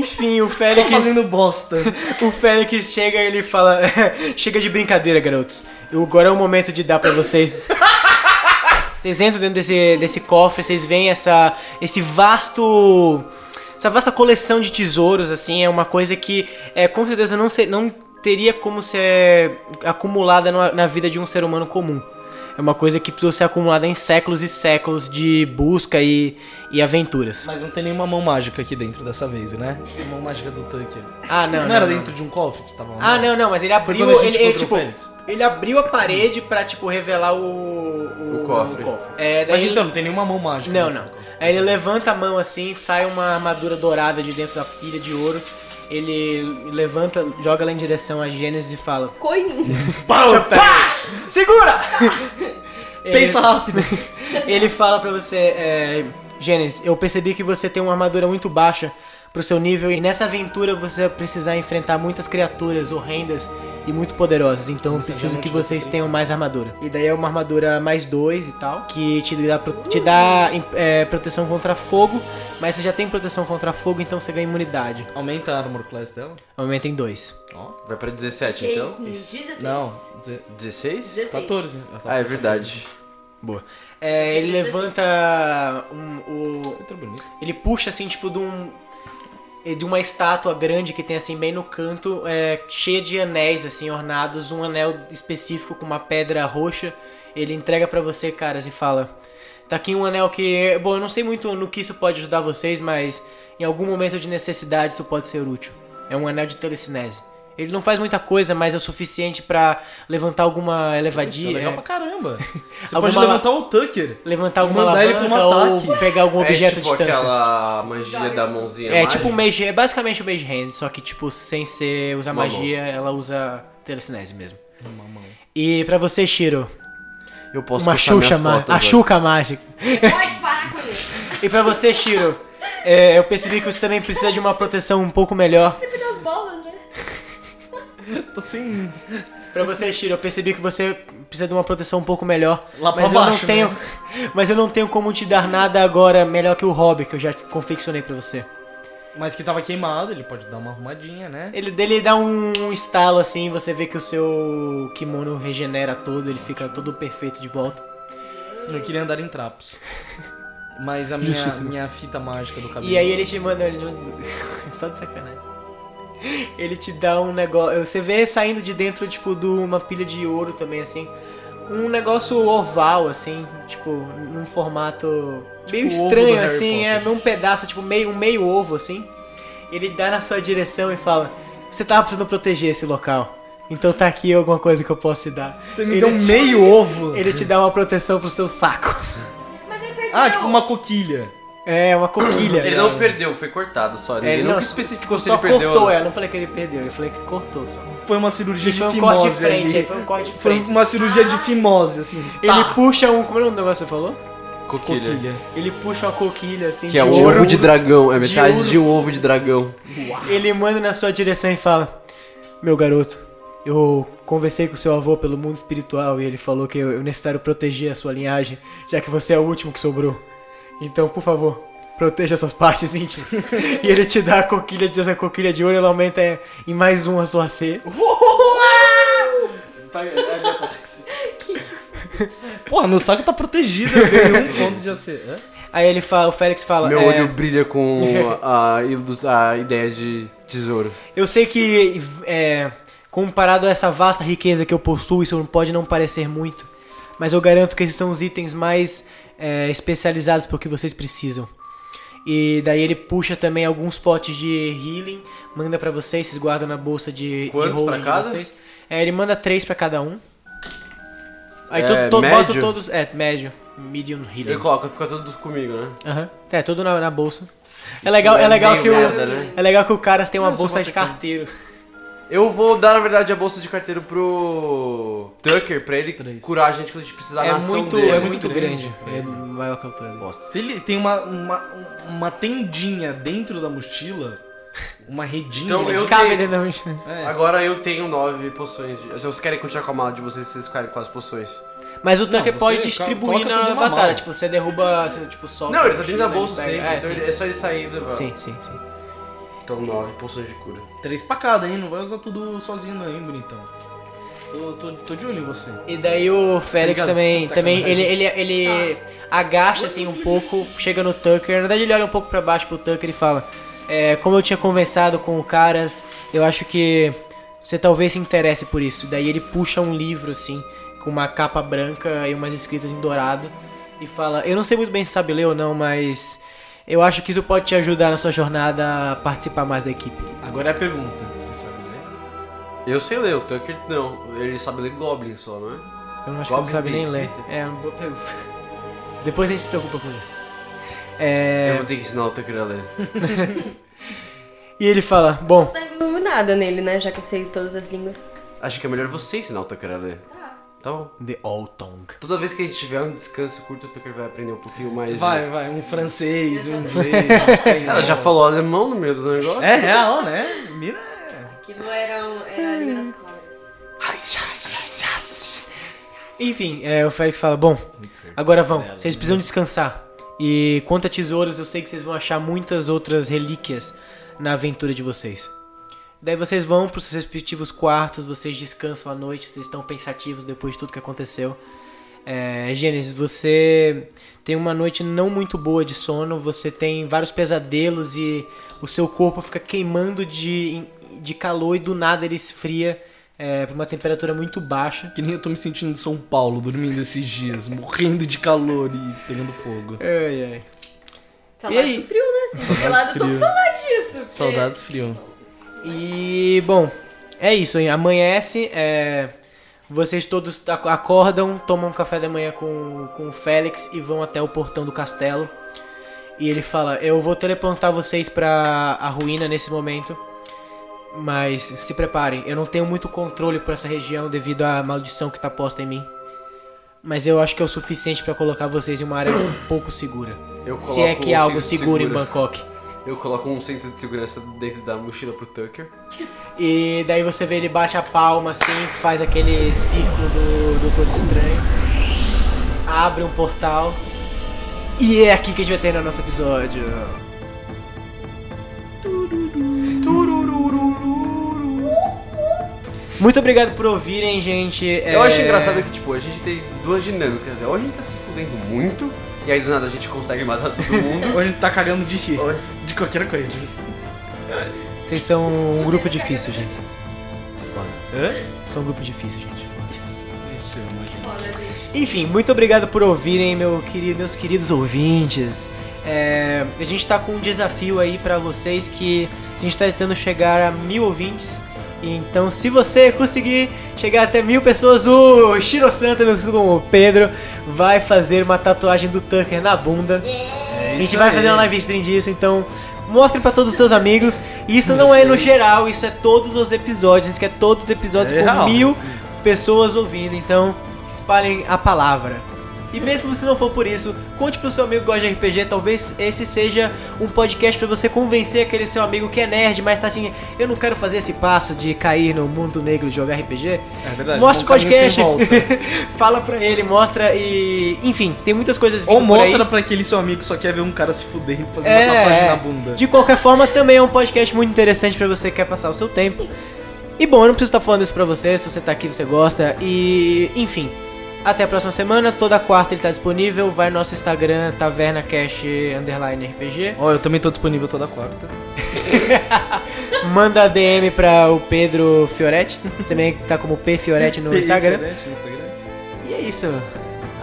S1: Enfim, o
S6: Só
S1: Félix.
S6: fazendo bosta.
S1: O Félix chega e ele fala: Chega de brincadeira, garotos. Eu- Agora é o momento de dar pra vocês. Vocês entram dentro desse, desse cofre, vocês veem essa, esse vasto. Essa vasta coleção de tesouros, assim, é uma coisa que é, com certeza não, se- não teria como ser acumulada na, na vida de um ser humano comum. É uma coisa que precisou ser acumulada em séculos e séculos de busca e, e aventuras.
S5: Mas não tem nenhuma mão mágica aqui dentro dessa vez, né? A mão mágica do Tucker.
S1: Ah,
S5: Não,
S1: não.
S5: era
S1: não.
S5: dentro de um cofre que tava
S1: Ah, não, não, mas ele abriu.
S5: quando a gente
S1: ele, ele,
S5: encontrou
S1: tipo,
S5: o Félix.
S1: ele abriu a parede pra, tipo, revelar o. O,
S3: O cofre.
S1: É, daí
S5: Mas
S1: ele-
S5: então, não tem nenhuma mão mágica.
S1: Não,
S5: dentro
S1: não.
S5: do cofre.
S1: Aí ele levanta a mão assim, sai uma armadura dourada de dentro da pilha de ouro. Ele levanta, joga ela em direção a Gênesis e fala:
S2: Coin.
S1: Segura! tá Ele-
S6: Pensa rápido.
S1: Ele fala pra você, é, Gênesis, eu percebi que você tem uma armadura muito baixa pro seu nível e nessa aventura você vai precisar enfrentar muitas criaturas horrendas e muito poderosas, então eu preciso que vocês tenham mais armadura. E daí é uma armadura mais dois e tal, que te dá, pro- te dá em- é, proteção contra fogo, mas você já tem proteção contra fogo, então você ganha imunidade.
S5: Aumenta a armor class dela?
S1: Aumenta em dois.
S3: Vai pra 17
S2: Fiquei
S3: então?
S2: com 16.
S5: Não,
S3: 16?
S2: 16.
S5: 14. Ela tá-
S3: Ah, é verdade.
S1: Boa. É, ele levanta um, o,
S5: Tá bonito.
S1: Ele puxa assim, tipo, de um. eh, De uma estátua grande que tem assim bem no canto, é, cheia de anéis assim ornados, um anel específico com uma pedra roxa. Ele entrega pra você, caras, e fala: "Tá aqui um anel que, bom, eu não sei muito no que isso pode ajudar vocês, mas em algum momento de necessidade isso pode ser útil. É um anel de telecinese. Ele não faz muita coisa, mas é o suficiente pra levantar alguma
S5: Isso é
S1: elevadia,
S5: legal
S1: é,
S5: pra caramba. Você
S1: Alguma
S5: pode
S1: la-
S5: levantar o Tucker.
S1: levantar alguma
S5: Mandar ele pra um
S1: alavanca ou
S5: ataque.
S1: pegar algum
S3: é
S1: Um objeto
S3: tipo
S1: à distância.
S3: aquela magia da mãozinha
S1: É
S3: mágica.
S1: tipo um mage, é basicamente um mage hand, só que tipo, sem ser usar
S3: Uma
S1: magia, ela usa telecinese mesmo. E pra você, Shiro,
S3: Eu posso
S1: uma
S3: coçar minhas
S1: Xuxa mágica.
S3: costas
S1: A
S3: agora.
S1: Xuca mágica.
S2: Pode parar com isso.
S1: E pra você, Shiro, é, eu percebi que você também precisa de uma proteção um pouco melhor.
S2: As bolas, né?
S5: Tô sem.
S1: Pra você, Shiro, eu percebi que você precisa de uma proteção um pouco melhor.
S6: Lá pra
S1: mas eu
S5: né?
S6: baixo,
S1: não tenho. Mas eu não tenho como te dar nada agora melhor que o hobby que eu já confeccionei pra você.
S5: Mas que tava queimado, ele pode dar uma arrumadinha, né?
S1: Ele dele dá um estalo assim, você vê que o seu kimono regenera todo, ele fica todo perfeito de volta.
S5: Eu queria andar em trapos. Mas a minha,
S1: Justíssimo.
S5: minha fita mágica do cabelo.
S1: E aí ele te manda. Ele te manda- Só de sacanagem. Ele te dá um negócio. Você vê saindo de dentro, tipo, de uma pilha de ouro também, assim. Um negócio oval, assim, tipo, num formato meio
S5: ovo do
S1: estranho,
S5: Harry
S1: assim, é
S5: Potter.
S1: num pedaço, tipo, meio, um meio ovo, assim. Ele dá na sua direção e fala: Você tava precisando proteger esse local. Então tá aqui alguma coisa que eu posso te dar.
S6: Você me
S1: Ele
S6: deu um
S1: te-
S6: meio ovo.
S1: Ele te dá uma proteção pro seu saco.
S2: Mas ele perdeu.
S6: Ah, tipo uma coquilha.
S1: É, uma coquilha.
S3: Ele não perdeu, foi cortado só. Ele,
S1: ele
S3: nunca
S1: É, não-
S3: especificou se
S1: Só
S3: ele perdeu ou
S1: cortou,
S3: não.
S1: é. Eu não falei que ele perdeu, eu falei que cortou só.
S6: Foi uma cirurgia
S1: Foi
S6: de
S1: um corte de
S6: fimose
S1: frente, aí
S6: ali.
S1: foi um corte de
S6: Foi
S1: frente.
S6: uma cirurgia de fimose, assim.
S5: Tá.
S1: Ele puxa um. Como é o negócio que você falou?
S3: Coquilha.
S5: Coquilha.
S1: Ele puxa uma coquilha assim
S3: Que
S1: de
S3: é um
S1: ouro.
S3: ovo de dragão, é
S1: De
S3: metade
S1: ouro.
S3: de um ovo de dragão.
S1: Ele manda na sua direção e fala: Meu garoto, eu conversei com seu avô pelo mundo espiritual e ele falou que eu eu necessito proteger a sua linhagem, já que você é o último que sobrou. Então, por favor, proteja suas partes íntimas. e ele te dá a coquilha, diz a coquilha de ouro, ela aumenta em mais um a sua C.
S4: É
S3: tá.
S4: detox.
S5: Porra, meu saco tá protegido, eu ganhei um ponto de AC. É?
S1: Aí ele fala, o Félix fala.
S3: Meu
S1: é,
S3: olho brilha com a, ilus- a ideia de tesouro.
S1: Eu sei que é, comparado a essa vasta riqueza que eu possuo, isso pode não parecer muito, mas eu garanto que esses são os itens mais é, especializados para o que vocês precisam. E daí ele puxa também alguns potes de healing, manda para vocês, vocês guardam na bolsa de, de
S3: Quantos
S1: holding
S3: pra
S1: de
S3: cada?
S1: vocês. É, ele manda três para cada um. Aí
S3: É,
S1: todo, todo, bota
S3: médio?
S1: todos. É, médio. Medium healing.
S3: Ele coloca, fica todos comigo, né?
S1: Aham. É, tudo na, na bolsa. É legal, é,
S3: é
S1: legal
S3: meio
S1: que o,
S3: merda, né?
S1: é legal que o cara tem uma bolsa de carteiro.
S3: Eu vou dar, na verdade, a bolsa de carteiro pro Tucker, pra ele curar a gente quando a gente precisar
S1: É
S3: Tá na ação
S1: muito,
S3: dele. né?
S1: é muito grande. É maior que o Thunder.
S3: Bosta.
S5: Se ele tem uma, uma, uma tendinha dentro da mochila, uma redinha. é
S3: Então eu
S1: Cabe
S3: tenho-
S1: dentro da né? mochila.
S3: Agora eu tenho nove poções. De... Se vocês querem continuar com a mala de vocês, vocês ficarem com as poções.
S1: Mas o Tucker
S5: você
S1: pode
S5: co-
S1: distribuir
S5: coloca tudo
S1: na
S5: numa
S1: batalha.
S5: mala.
S1: Tipo, você derruba, você tipo, solta.
S3: Não,
S1: a
S3: ele tá dentro da
S1: mochila,
S3: bolsa
S1: ele
S3: sempre,
S1: pega.
S3: então ele- é só ele sair e levar.
S1: Sim, sim, sim.
S3: Então nove poções de cura.
S5: Três pra cada, hein? Não vai usar tudo sozinho, não, hein, bonitão. Tô, tô, tô de olho em você.
S1: E daí o Félix
S3: Obrigado,
S1: também, também
S3: sacanagem.
S1: ele, ele, ele agacha assim um pouco, chega no Tucker. Na verdade, ele olha um pouco pra baixo pro Tucker e fala: "É, Como eu tinha conversado com o Caras, eu acho que você talvez se interesse por isso. Daí ele puxa um livro assim, com uma capa branca e umas escritas em dourado, e fala: Eu não sei muito bem se sabe ler ou não, mas eu acho que isso pode te ajudar na sua jornada a participar mais da equipe.
S5: Agora é a pergunta. Você sabe ler?
S3: Eu sei ler, o Tucker não. Ele sabe ler Goblin só, não é?
S1: Eu não acho que ele
S3: Goblin
S1: sabe
S3: tem
S1: nem ler.
S3: escrita?
S1: É, uma boa pergunta. Depois a gente se preocupa com isso. É.
S3: Eu vou ter que ensinar o Tucker a ler.
S1: E ele fala, bom,
S2: Isso daí não é nada nele, né? Já que eu sei todas as línguas.
S3: Acho que é melhor você ensinar o Tucker a ler. Tá bom.
S1: The Old Tongue.
S3: Toda vez que a gente tiver um descanso curto, o Tucker vai aprender um pouquinho mais. de-
S5: Vai, vai. Um francês, um inglês.
S3: Ela já falou alemão no meio do negócio?
S5: É real, né? Mira.
S2: Aquilo era, um, era a língua das cobras.
S1: Enfim, é, o Félix fala, bom, agora vão, vocês precisam descansar. E quanto a tesouros, eu sei que vocês vão achar muitas outras relíquias na aventura de vocês. Daí vocês vão pros seus respectivos quartos, vocês descansam à noite, vocês estão pensativos depois de tudo que aconteceu. É, Gênesis, você tem uma noite não muito boa de sono, você tem vários pesadelos e o seu corpo fica queimando de, de calor e do nada ele esfria é, pra uma temperatura muito baixa.
S5: Que nem eu tô me sentindo em São Paulo, dormindo esses dias, morrendo de calor e pegando fogo.
S1: Ai, ai. E
S2: Saudade
S1: aí?
S2: do frio, né? Se congelado, eu tô com
S5: frio.
S2: saudade disso. porque-
S5: Saudades frio.
S1: E, bom, é isso. hein? Amanhece, é, vocês todos ac- acordam, tomam um café da manhã com, com o Félix e vão até o portão do castelo. E ele fala: Eu vou teleportar vocês pra a ruína nesse momento. Mas se preparem, eu não tenho muito controle por essa região devido à maldição que tá posta em mim. Mas eu acho que é o suficiente pra colocar vocês em uma área um pouco segura.
S3: Eu
S1: Se é
S3: coloco
S1: que
S3: um
S1: há algo
S3: cinto de
S1: seguro em
S3: segura.
S1: Bangkok.
S3: Eu coloco um centro de segurança dentro da mochila pro Tucker.
S1: E daí você vê ele bate a palma assim, faz aquele círculo do Doutor Estranho. Abre um portal. E é aqui que a gente vai terminar nosso episódio. Muito obrigado por ouvirem, gente.
S3: Eu
S1: É,
S3: acho engraçado que, tipo, a gente tem duas dinâmicas, né? Ou a gente tá se fudendo muito, e aí do nada a gente consegue matar todo mundo.
S5: Hoje tá cagando de rir. De qualquer coisa.
S1: Vocês são um grupo difícil, gente.
S5: Hã?
S1: São um grupo difícil, gente.
S2: Olha, gente.
S1: Enfim, muito obrigado por ouvirem, meu querido, meus queridos ouvintes. É, a gente tá com um desafio aí pra vocês que a gente tá tentando chegar a mil ouvintes. Então, se você conseguir chegar até mil pessoas, o Shiro Santa, meu conhecido como Pedro, vai fazer uma tatuagem do Tucker na bunda.
S5: É
S1: a gente vai fazer uma live stream disso, então mostre pra todos os seus amigos. E Isso não é no geral, isso é todos os episódios. A gente quer todos os episódios
S5: É
S1: com
S5: real.
S1: mil pessoas ouvindo, então espalhem a palavra. E mesmo se não for por isso, conte pro seu amigo que gosta de RPG, talvez esse seja um podcast pra você convencer aquele seu amigo que é nerd, mas tá assim, eu não quero fazer esse passo de cair no mundo negro de jogar RPG.
S5: É verdade.
S1: mostra o
S5: bom caminho sem
S1: podcast,
S5: volta.
S1: fala pra ele, mostra e... Enfim, tem muitas coisas
S5: Ou
S1: vindo por aí.
S5: mostra pra aquele seu amigo que só quer ver um cara se fudendo e fazer
S1: É,
S5: uma tatuagem
S1: é.
S5: na bunda.
S1: De qualquer forma, também é um podcast muito interessante pra você que quer passar o seu tempo. E bom, eu não preciso estar falando isso pra você, se você tá aqui você gosta. E enfim, até a próxima semana, toda quarta ele tá disponível, vai no nosso Instagram, tavernacash underline RPG.
S5: Ó, eu também tô disponível toda quarta.
S1: Manda DM pra o Pedro Fioretti, também tá como P Fioretti no Instagram.
S5: Internet, no Instagram.
S1: E é isso.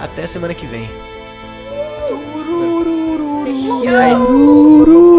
S1: Até semana que vem.
S2: Fechou.
S1: Tururu. é